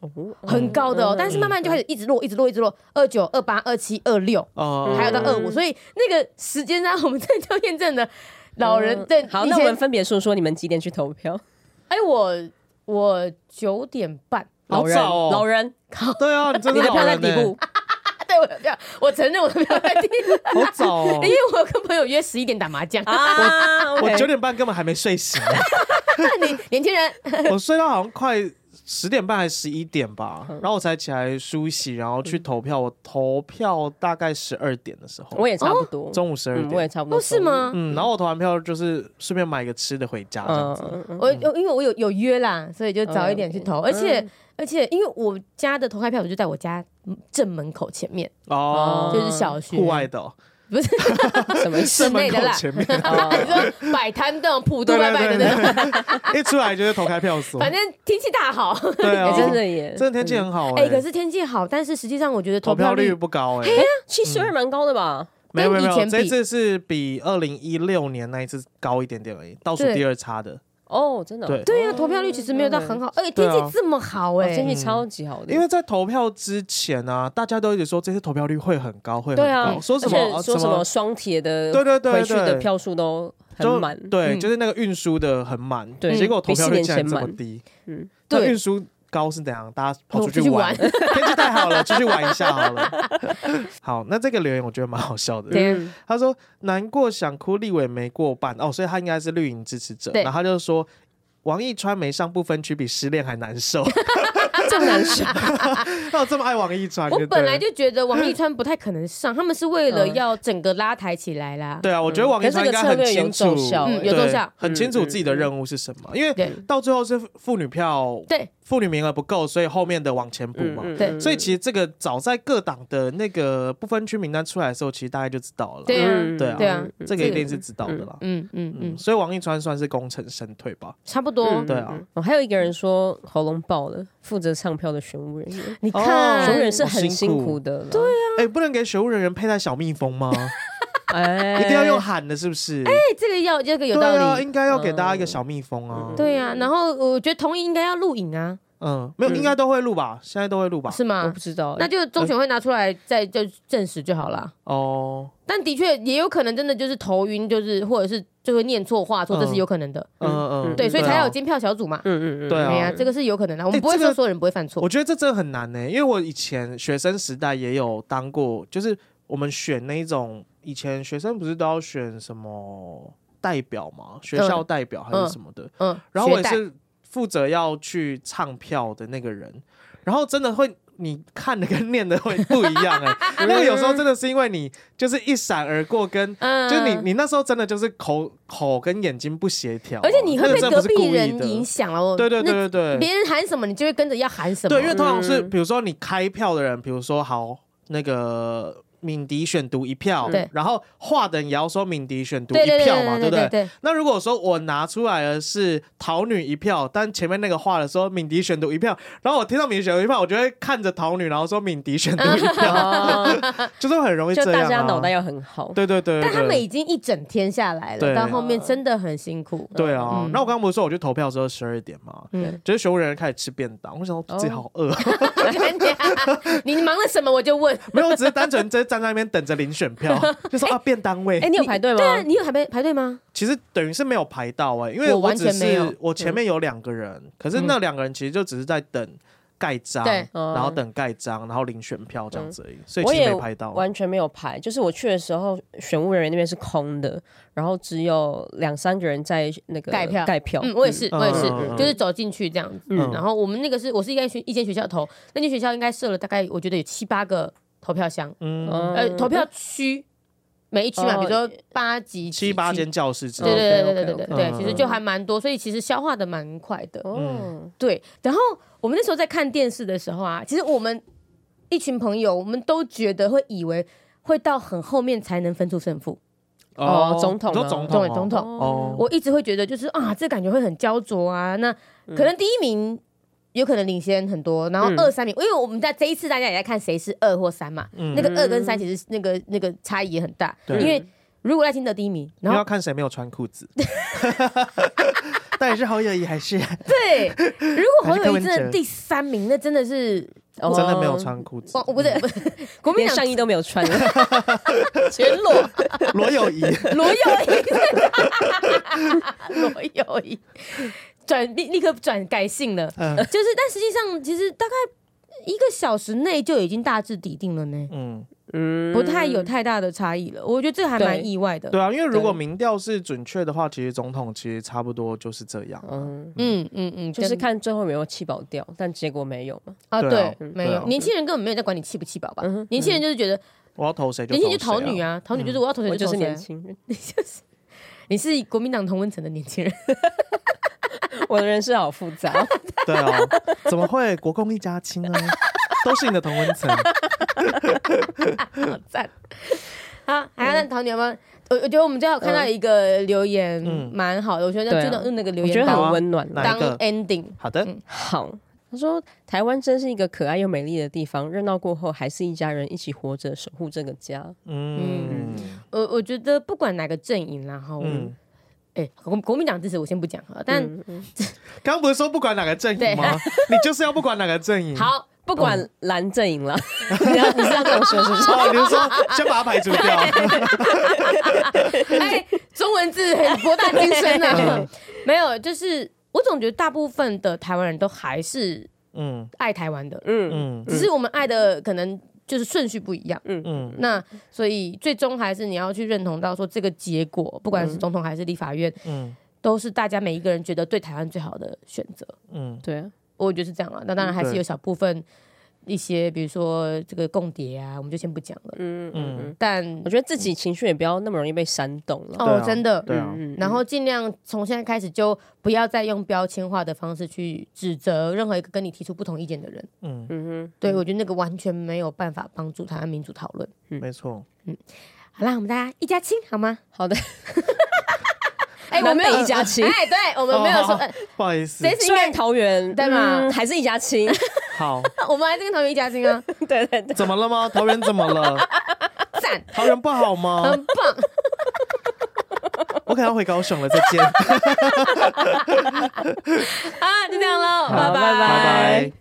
C: 哦
A: 很高的哦。但是慢慢就开始一直落，一直落，一直落，二九、二八、二七、二六，
B: 哦，
A: 还有到二五。所以那个时间上，我们真的就验证了老人对
C: 嗯好，
A: 以
C: 那我们
A: 前，
C: 分别说说你们几点去投票？
A: 哎，我我九点半，
B: 好早哦，
C: 老人，
B: 对啊，你真
C: 你
B: 是
C: 的
B: 老
C: 票在
B: 人
C: 底部
B: 欸，，
A: 啊对，我的票，我承认我的票在第一，
B: 好早哦
A: 因，为我跟朋友约十一点打麻将。
C: 啊
B: 欸我九
C: 得
B: 点半根本还没睡醒， 欸
A: 你年轻人，哎
B: 我睡到好像快十点半还十一点吧，
C: 嗯
B: 然后我才起来梳洗，然后去投票。我投票大概十二点的时候，
C: 我也差不多，
B: 哦中午十二
C: 嗯，我也
B: 点，
C: 差不多，
A: 哦，是？吗？
B: 嗯，然后我投完票就是顺便买个吃的回家啊这样
C: 嗯
B: 子。
C: 嗯嗯，哦嗯
A: 我有因为我有有约啦，所以就早一点去投，而且而且因为我家的投开票我就在我家正门口前面，
B: 哦，
A: 就是小学
B: 户外的哦
A: 不是
C: 嗯什么意
A: 室
C: 思？
B: 正门
A: 内的
B: 口
A: 啦，
B: 前面，
C: 哦
A: 你说摆摊那种普渡拜拜的那种，
B: 一出来就是投开票 所，
A: 反正天气大好。
B: 对啊
C: 哎，，真的耶，嗯
B: 真的天气很好
A: 哎，
B: 哎，
A: 可是天气好，但是实际上我觉得
B: 投
A: 投
B: 票
A: 票
B: 率
A: 率
B: 不高哎，
C: 七十二蛮高的吧？
B: 没有没有没
A: 跟以
B: 有，
A: 前
B: 这
A: 比
B: 次是比二零一六年那一次高一点点而已，倒数
A: 对
B: 第二差的。
C: 哦，真的哦，
B: 对
A: 对啊，投票率其实没有到很好，而且天气
B: 对啊
A: 这么好
C: 哦，
A: 哎
C: 天，气超级好的，
B: 因为在投票之前啊，大家都一直说这次投票率会很高，会很
C: 对啊
B: 高，，哦说什
C: 而且
B: 么
C: 说
B: 什
C: 什么双铁的，
B: 对对对
C: 回去的
B: 对
C: 票数都很
B: 就
C: 满，
B: 对，
C: 嗯
B: 就是那个运输的很满，
C: 对
B: 结果投票率竟然
C: 比四年前
B: 这么
C: 满
B: 低，
C: 嗯
B: 嗯，那
A: 对
B: 运输高是怎样？大家跑
A: 我
B: 出去
A: 出去
B: 玩，
A: 玩
B: 天气太好了，出去玩一下好 了。好，那这个留言我觉得蛮好笑的，
A: 啊
C: 嗯
B: 他说难过想哭，立委没过半哦，所以他应该是绿营支持者，
A: 对
B: 然后他就说。王一川没上不分区比失恋还难受，
C: 这么难受，
B: 他有这么爱王一川？
A: 我
B: 对不
A: 本
B: 对
A: 来就觉得王沥川不太可能上，他们是为了
C: 嗯
A: 要整个拉抬起来啦。
B: 对啊，我觉得王一川应该很
C: 可
B: 清楚
C: 是这个策略有嗯奏效，
A: 嗯有奏
B: 对
A: 效
B: 很清楚自己的任务是什么，因为
A: 对
B: 到最后是妇女票、
A: 对
B: 妇女名额不够，所以后面的往前补
C: 嗯
B: 嘛。
A: 对
B: 所以其实这个早在各党的那个不分区名单出来的时候，其实大概就知道了。
A: 对啊
C: 嗯
B: 对啊
A: 对啊
B: 这个一定是知道的啦。
A: 嗯嗯嗯
B: 嗯，，所以王一川算是功成身退吧。
A: 差不多。
B: 对啊，
C: 哦，还有一个人说喉咙爆了，负责唱票的选务人员，
A: 你
B: 哦
C: 选务
A: 看
C: 人，员是很辛苦的，对啊，
B: 哎，不能给选务人员佩戴小蜜 蜂吗？
C: 哎
B: 一定要用喊的，是不是？
A: 哎，这个要这个有
B: 对
A: 道
B: 啊，
A: 理。
B: 应该要给大家一个小蜜蜂啊。
A: 对啊，然后我觉得同意应该要录影啊，
B: 嗯，没有，应该都会录吧？现在都会录吧？
A: 是
C: 我
A: 吗
C: 不？知道欸，
A: 那就中选
B: 呃
A: 会拿出来再就证实就好了。
B: 哦，
A: 但的确也有可能真的就是头晕，就是或者是就会念错话错，
B: 嗯
A: 这是有可能的。
B: 嗯嗯，
A: 对，所以才
B: 啊
A: 有监票小组嘛。
C: 嗯嗯嗯，
B: 对
A: 对
B: 啊
A: 啊，，这个是有可能的。我们不会
B: 这个
A: 说所有人不会犯错
B: 我。觉得这真的很难呢、欸因为我以前学生时代也有当过，就是我们选那一种，以前学生不是都要选什么代表嘛，学校代表还是什么的，
A: 嗯，
B: 然后我
A: 学
B: 也
A: 贷
B: 是负责要去唱票的那个人，然后真的会。你看的跟念的会不一样 哎、那个有时候真的是因为你就是一闪而过跟，
A: 嗯
B: 就是你你那时候真的就是口口跟眼睛不协调啊、
A: 而且你会
B: 那个
A: 被
B: 真的
A: 隔
B: 不是
A: 壁
B: 故意
A: 人
B: 的
A: 影响了。哦
B: 对对对对对，
A: 那别人喊什么，你就会跟着要喊什么。
B: 对，因为通常是比如说你开票的人，比如说好那个敏迪选读一票，
A: 对
B: 然后画的人也要说敏迪选读
A: 对
B: 一
A: 对对
B: 票嘛，
A: 对
B: 不
A: 对
B: 对？
A: 对，
B: 那如果说我拿出来的是桃女一票，但前面那个画的说敏迪选读一票，然后我听到敏迪选读一票，我就会看着桃女，然后说敏迪选读一 票，
C: 哦，
B: 就是很容易
C: 就
B: 这样、
C: 大
B: 啊。
C: 家脑袋要很好，
B: 对对对对
A: 但他们已经一整天下来了，
B: 对
A: 到后面真的很辛苦。
B: 对啊，
A: 嗯
B: 那我刚刚不是说我去投票的时候十二点 嘛，
A: 嗯，
B: 就是熊人开始吃便当，我想说自己好饿，
A: 哦啊你忙了什么？我就问。
B: 没有，我只是单纯在站在那边等着领选 票，就说啊便当位。
C: 哎，你有排队吗？
A: 对啊，你有排排排队吗？
B: 其实等于是没有排到哎、因为
A: 我完
B: 只
A: 全没有嗯
B: 是我前面有两个人，可是那两个人其实就只是在等盖章，
A: 对
C: 嗯
B: 然后等盖章，然后领选票这样子而已，所以
C: 我
B: 其
C: 也
B: 实没拍到。
C: 完全没有排，就是我去的时候，选务人员那边是空的，然后只有两三个人在那个
A: 盖票
C: 盖票。
A: 嗯，我也是，
B: 嗯
A: 我也是，
B: 嗯嗯
A: 就是走进去这样子。
B: 嗯
A: 然后我们那个是，我是一间学一间学校投，那间学校应该设了大概，我觉得有七八个投票箱，
B: 嗯，
C: 嗯
A: 呃，投票区每一区嘛，
C: 哦
A: 比如说八级、
B: 七八
A: 级
B: 间教室之
A: 对
B: 类的，
A: 对对
C: OK，OK，OK
A: 对对对
B: 嗯
A: 对，其实就还蛮多，所以其实消化的蛮快的。
B: 嗯
C: 哦，
A: 对，然后我们那时候在看电视的时候啊，其实我们一群朋友，我们都觉得会以为会到很后面才能分出胜负，
C: 哦总统
B: 你说
C: 吗
B: 总统
A: 懂
B: 哦，
A: 了啊总统。
B: 哦，
A: 我一直会觉得就是啊，这感觉会很焦灼啊。那
B: 嗯
A: 可能第一名有可能领先很多，然后
C: 嗯
A: 二三名，因为我们在这一次大家也在看谁是二或三嘛，
B: 嗯
A: 那个二跟三其实那个那个差异也很大，
B: 对
A: 因为如果赖清德第一名，
B: 你
A: 然后
B: 要看谁没有穿 裤子，到底是侯友谊还是
A: 对，如果
B: 还
A: 侯
B: 是
A: 友
B: 柯
A: 谊
B: 文
A: 真的
B: 哲
A: 第三名，那真的是
C: 哦
B: 真的没有穿裤子嗯
A: 哦，？不 是国民
C: 连
A: 党
C: 上衣都没有穿，全裸。
B: 罗友谊，
A: 罗友谊，罗友谊 转立立刻转改姓了，
B: 嗯
A: 就是但实际上其实大概一个小时内就已经大致底定了呢，
B: 嗯，
C: 嗯
A: 不太有太大的差异了，我觉得这还蛮
C: 对
A: 意外的。
B: 对啊，因为如果
C: 对
B: 民调是准确的话，其实总统其实差不多就是这样。
C: 嗯，
A: 嗯嗯嗯，
C: 就是
A: 跟
C: 看最后有没有气保掉，但结果没有嘛。
A: 啊，
B: 对啊
A: 对，
B: 嗯
A: 没
B: 对
A: 有
B: 啊
A: 年轻人根本没有在管你气不气饱吧
C: 嗯哼，
A: 年轻人就是觉得
B: 我要投谁就
A: 年轻人就投
B: 谁
A: 女
B: 啊，
A: 啊，投女就是我要投谁
C: 我就是
A: 投谁
C: 年
A: 啊，
C: 轻人，
A: 你是国民党同温层的年轻人，
C: 我的人生好复杂。
B: 对啊，怎么会国共一家亲呢？ 都是你的同温层，
A: 好赞。 好，还有那唐你有没有？我我觉得我们最好看到一个留言，
B: 嗯
A: 蛮好的。我觉得
C: 对啊
A: 就用那 个留
C: 我觉
A: 言
C: 得
A: 当
C: 很温暖啦。
B: 哪
A: 当
B: 一个
A: ending。
B: 好的，
C: 好，他说台湾真是一个可爱又美丽的地方，热闹过后还是一家人一起活着，守护这个家。
B: 嗯
A: 我我觉得不管哪个阵营啦，哈，
B: 嗯，
A: 哎，国国民党支持我先不讲哈，但
C: 嗯嗯
B: 刚刚不是说不管哪个阵营吗？ 你就是要不管哪个阵营。
A: 好，
C: 不管蓝阵营了，嗯 你要你是要跟我说是不是？
B: 哦，你是说先把它排除掉？
A: 哎，中文字很博大精深呢。
B: 嗯
A: 没有，就是我总觉得大部分的台湾人都还是
B: 嗯
A: 爱台湾的，
C: 嗯，
B: 嗯
A: 只是我们爱的可能就是顺序不一样。
B: 嗯
A: 那所以最终还是你要去认同到说这个结果，不管是总统还是立法院，
B: 嗯
A: 都是大家每一个人觉得对台湾最好的选择。
B: 嗯
C: 对啊，
A: 我觉得是这样了。那当然还是有小部分一些，比如说这个共谍啊，我们就先不讲了。
C: 嗯嗯嗯，
A: 但
C: 我觉得自己情绪也不要那么容易被煽动了。
B: 对
A: 哦
B: 啊，
A: 真的，
B: 对啊，
C: 嗯，
A: 然后尽量从现在开始就不要再用标签化的方式去指责任何一个跟你提出不同意见的人。
B: 嗯，
C: 嗯
A: 对我觉得那个完全没有办法帮助台湾民主讨论。
B: 没错。
A: 好啦，我们大家一家亲好吗
C: 哼？，好的，
A: 哎，我没有
C: 南北一家亲
A: 哎，对我们没有说，
B: 哦
A: 哎
B: 不好意思
A: 这，次应
C: 虽然
A: 该
C: 桃园
A: 对嘛
C: 嗯还是一家亲，
B: 好，
A: 我们还是跟同学一家亲啊，
C: 对对对，
B: 怎么了吗？桃园怎么了？
A: 赞，
B: 桃园不 好吗？
A: 很棒。
B: 我可能要回高雄了，再见，
A: 啊，就这样喽，
C: 好
A: 拜
C: 拜拜
B: 拜拜。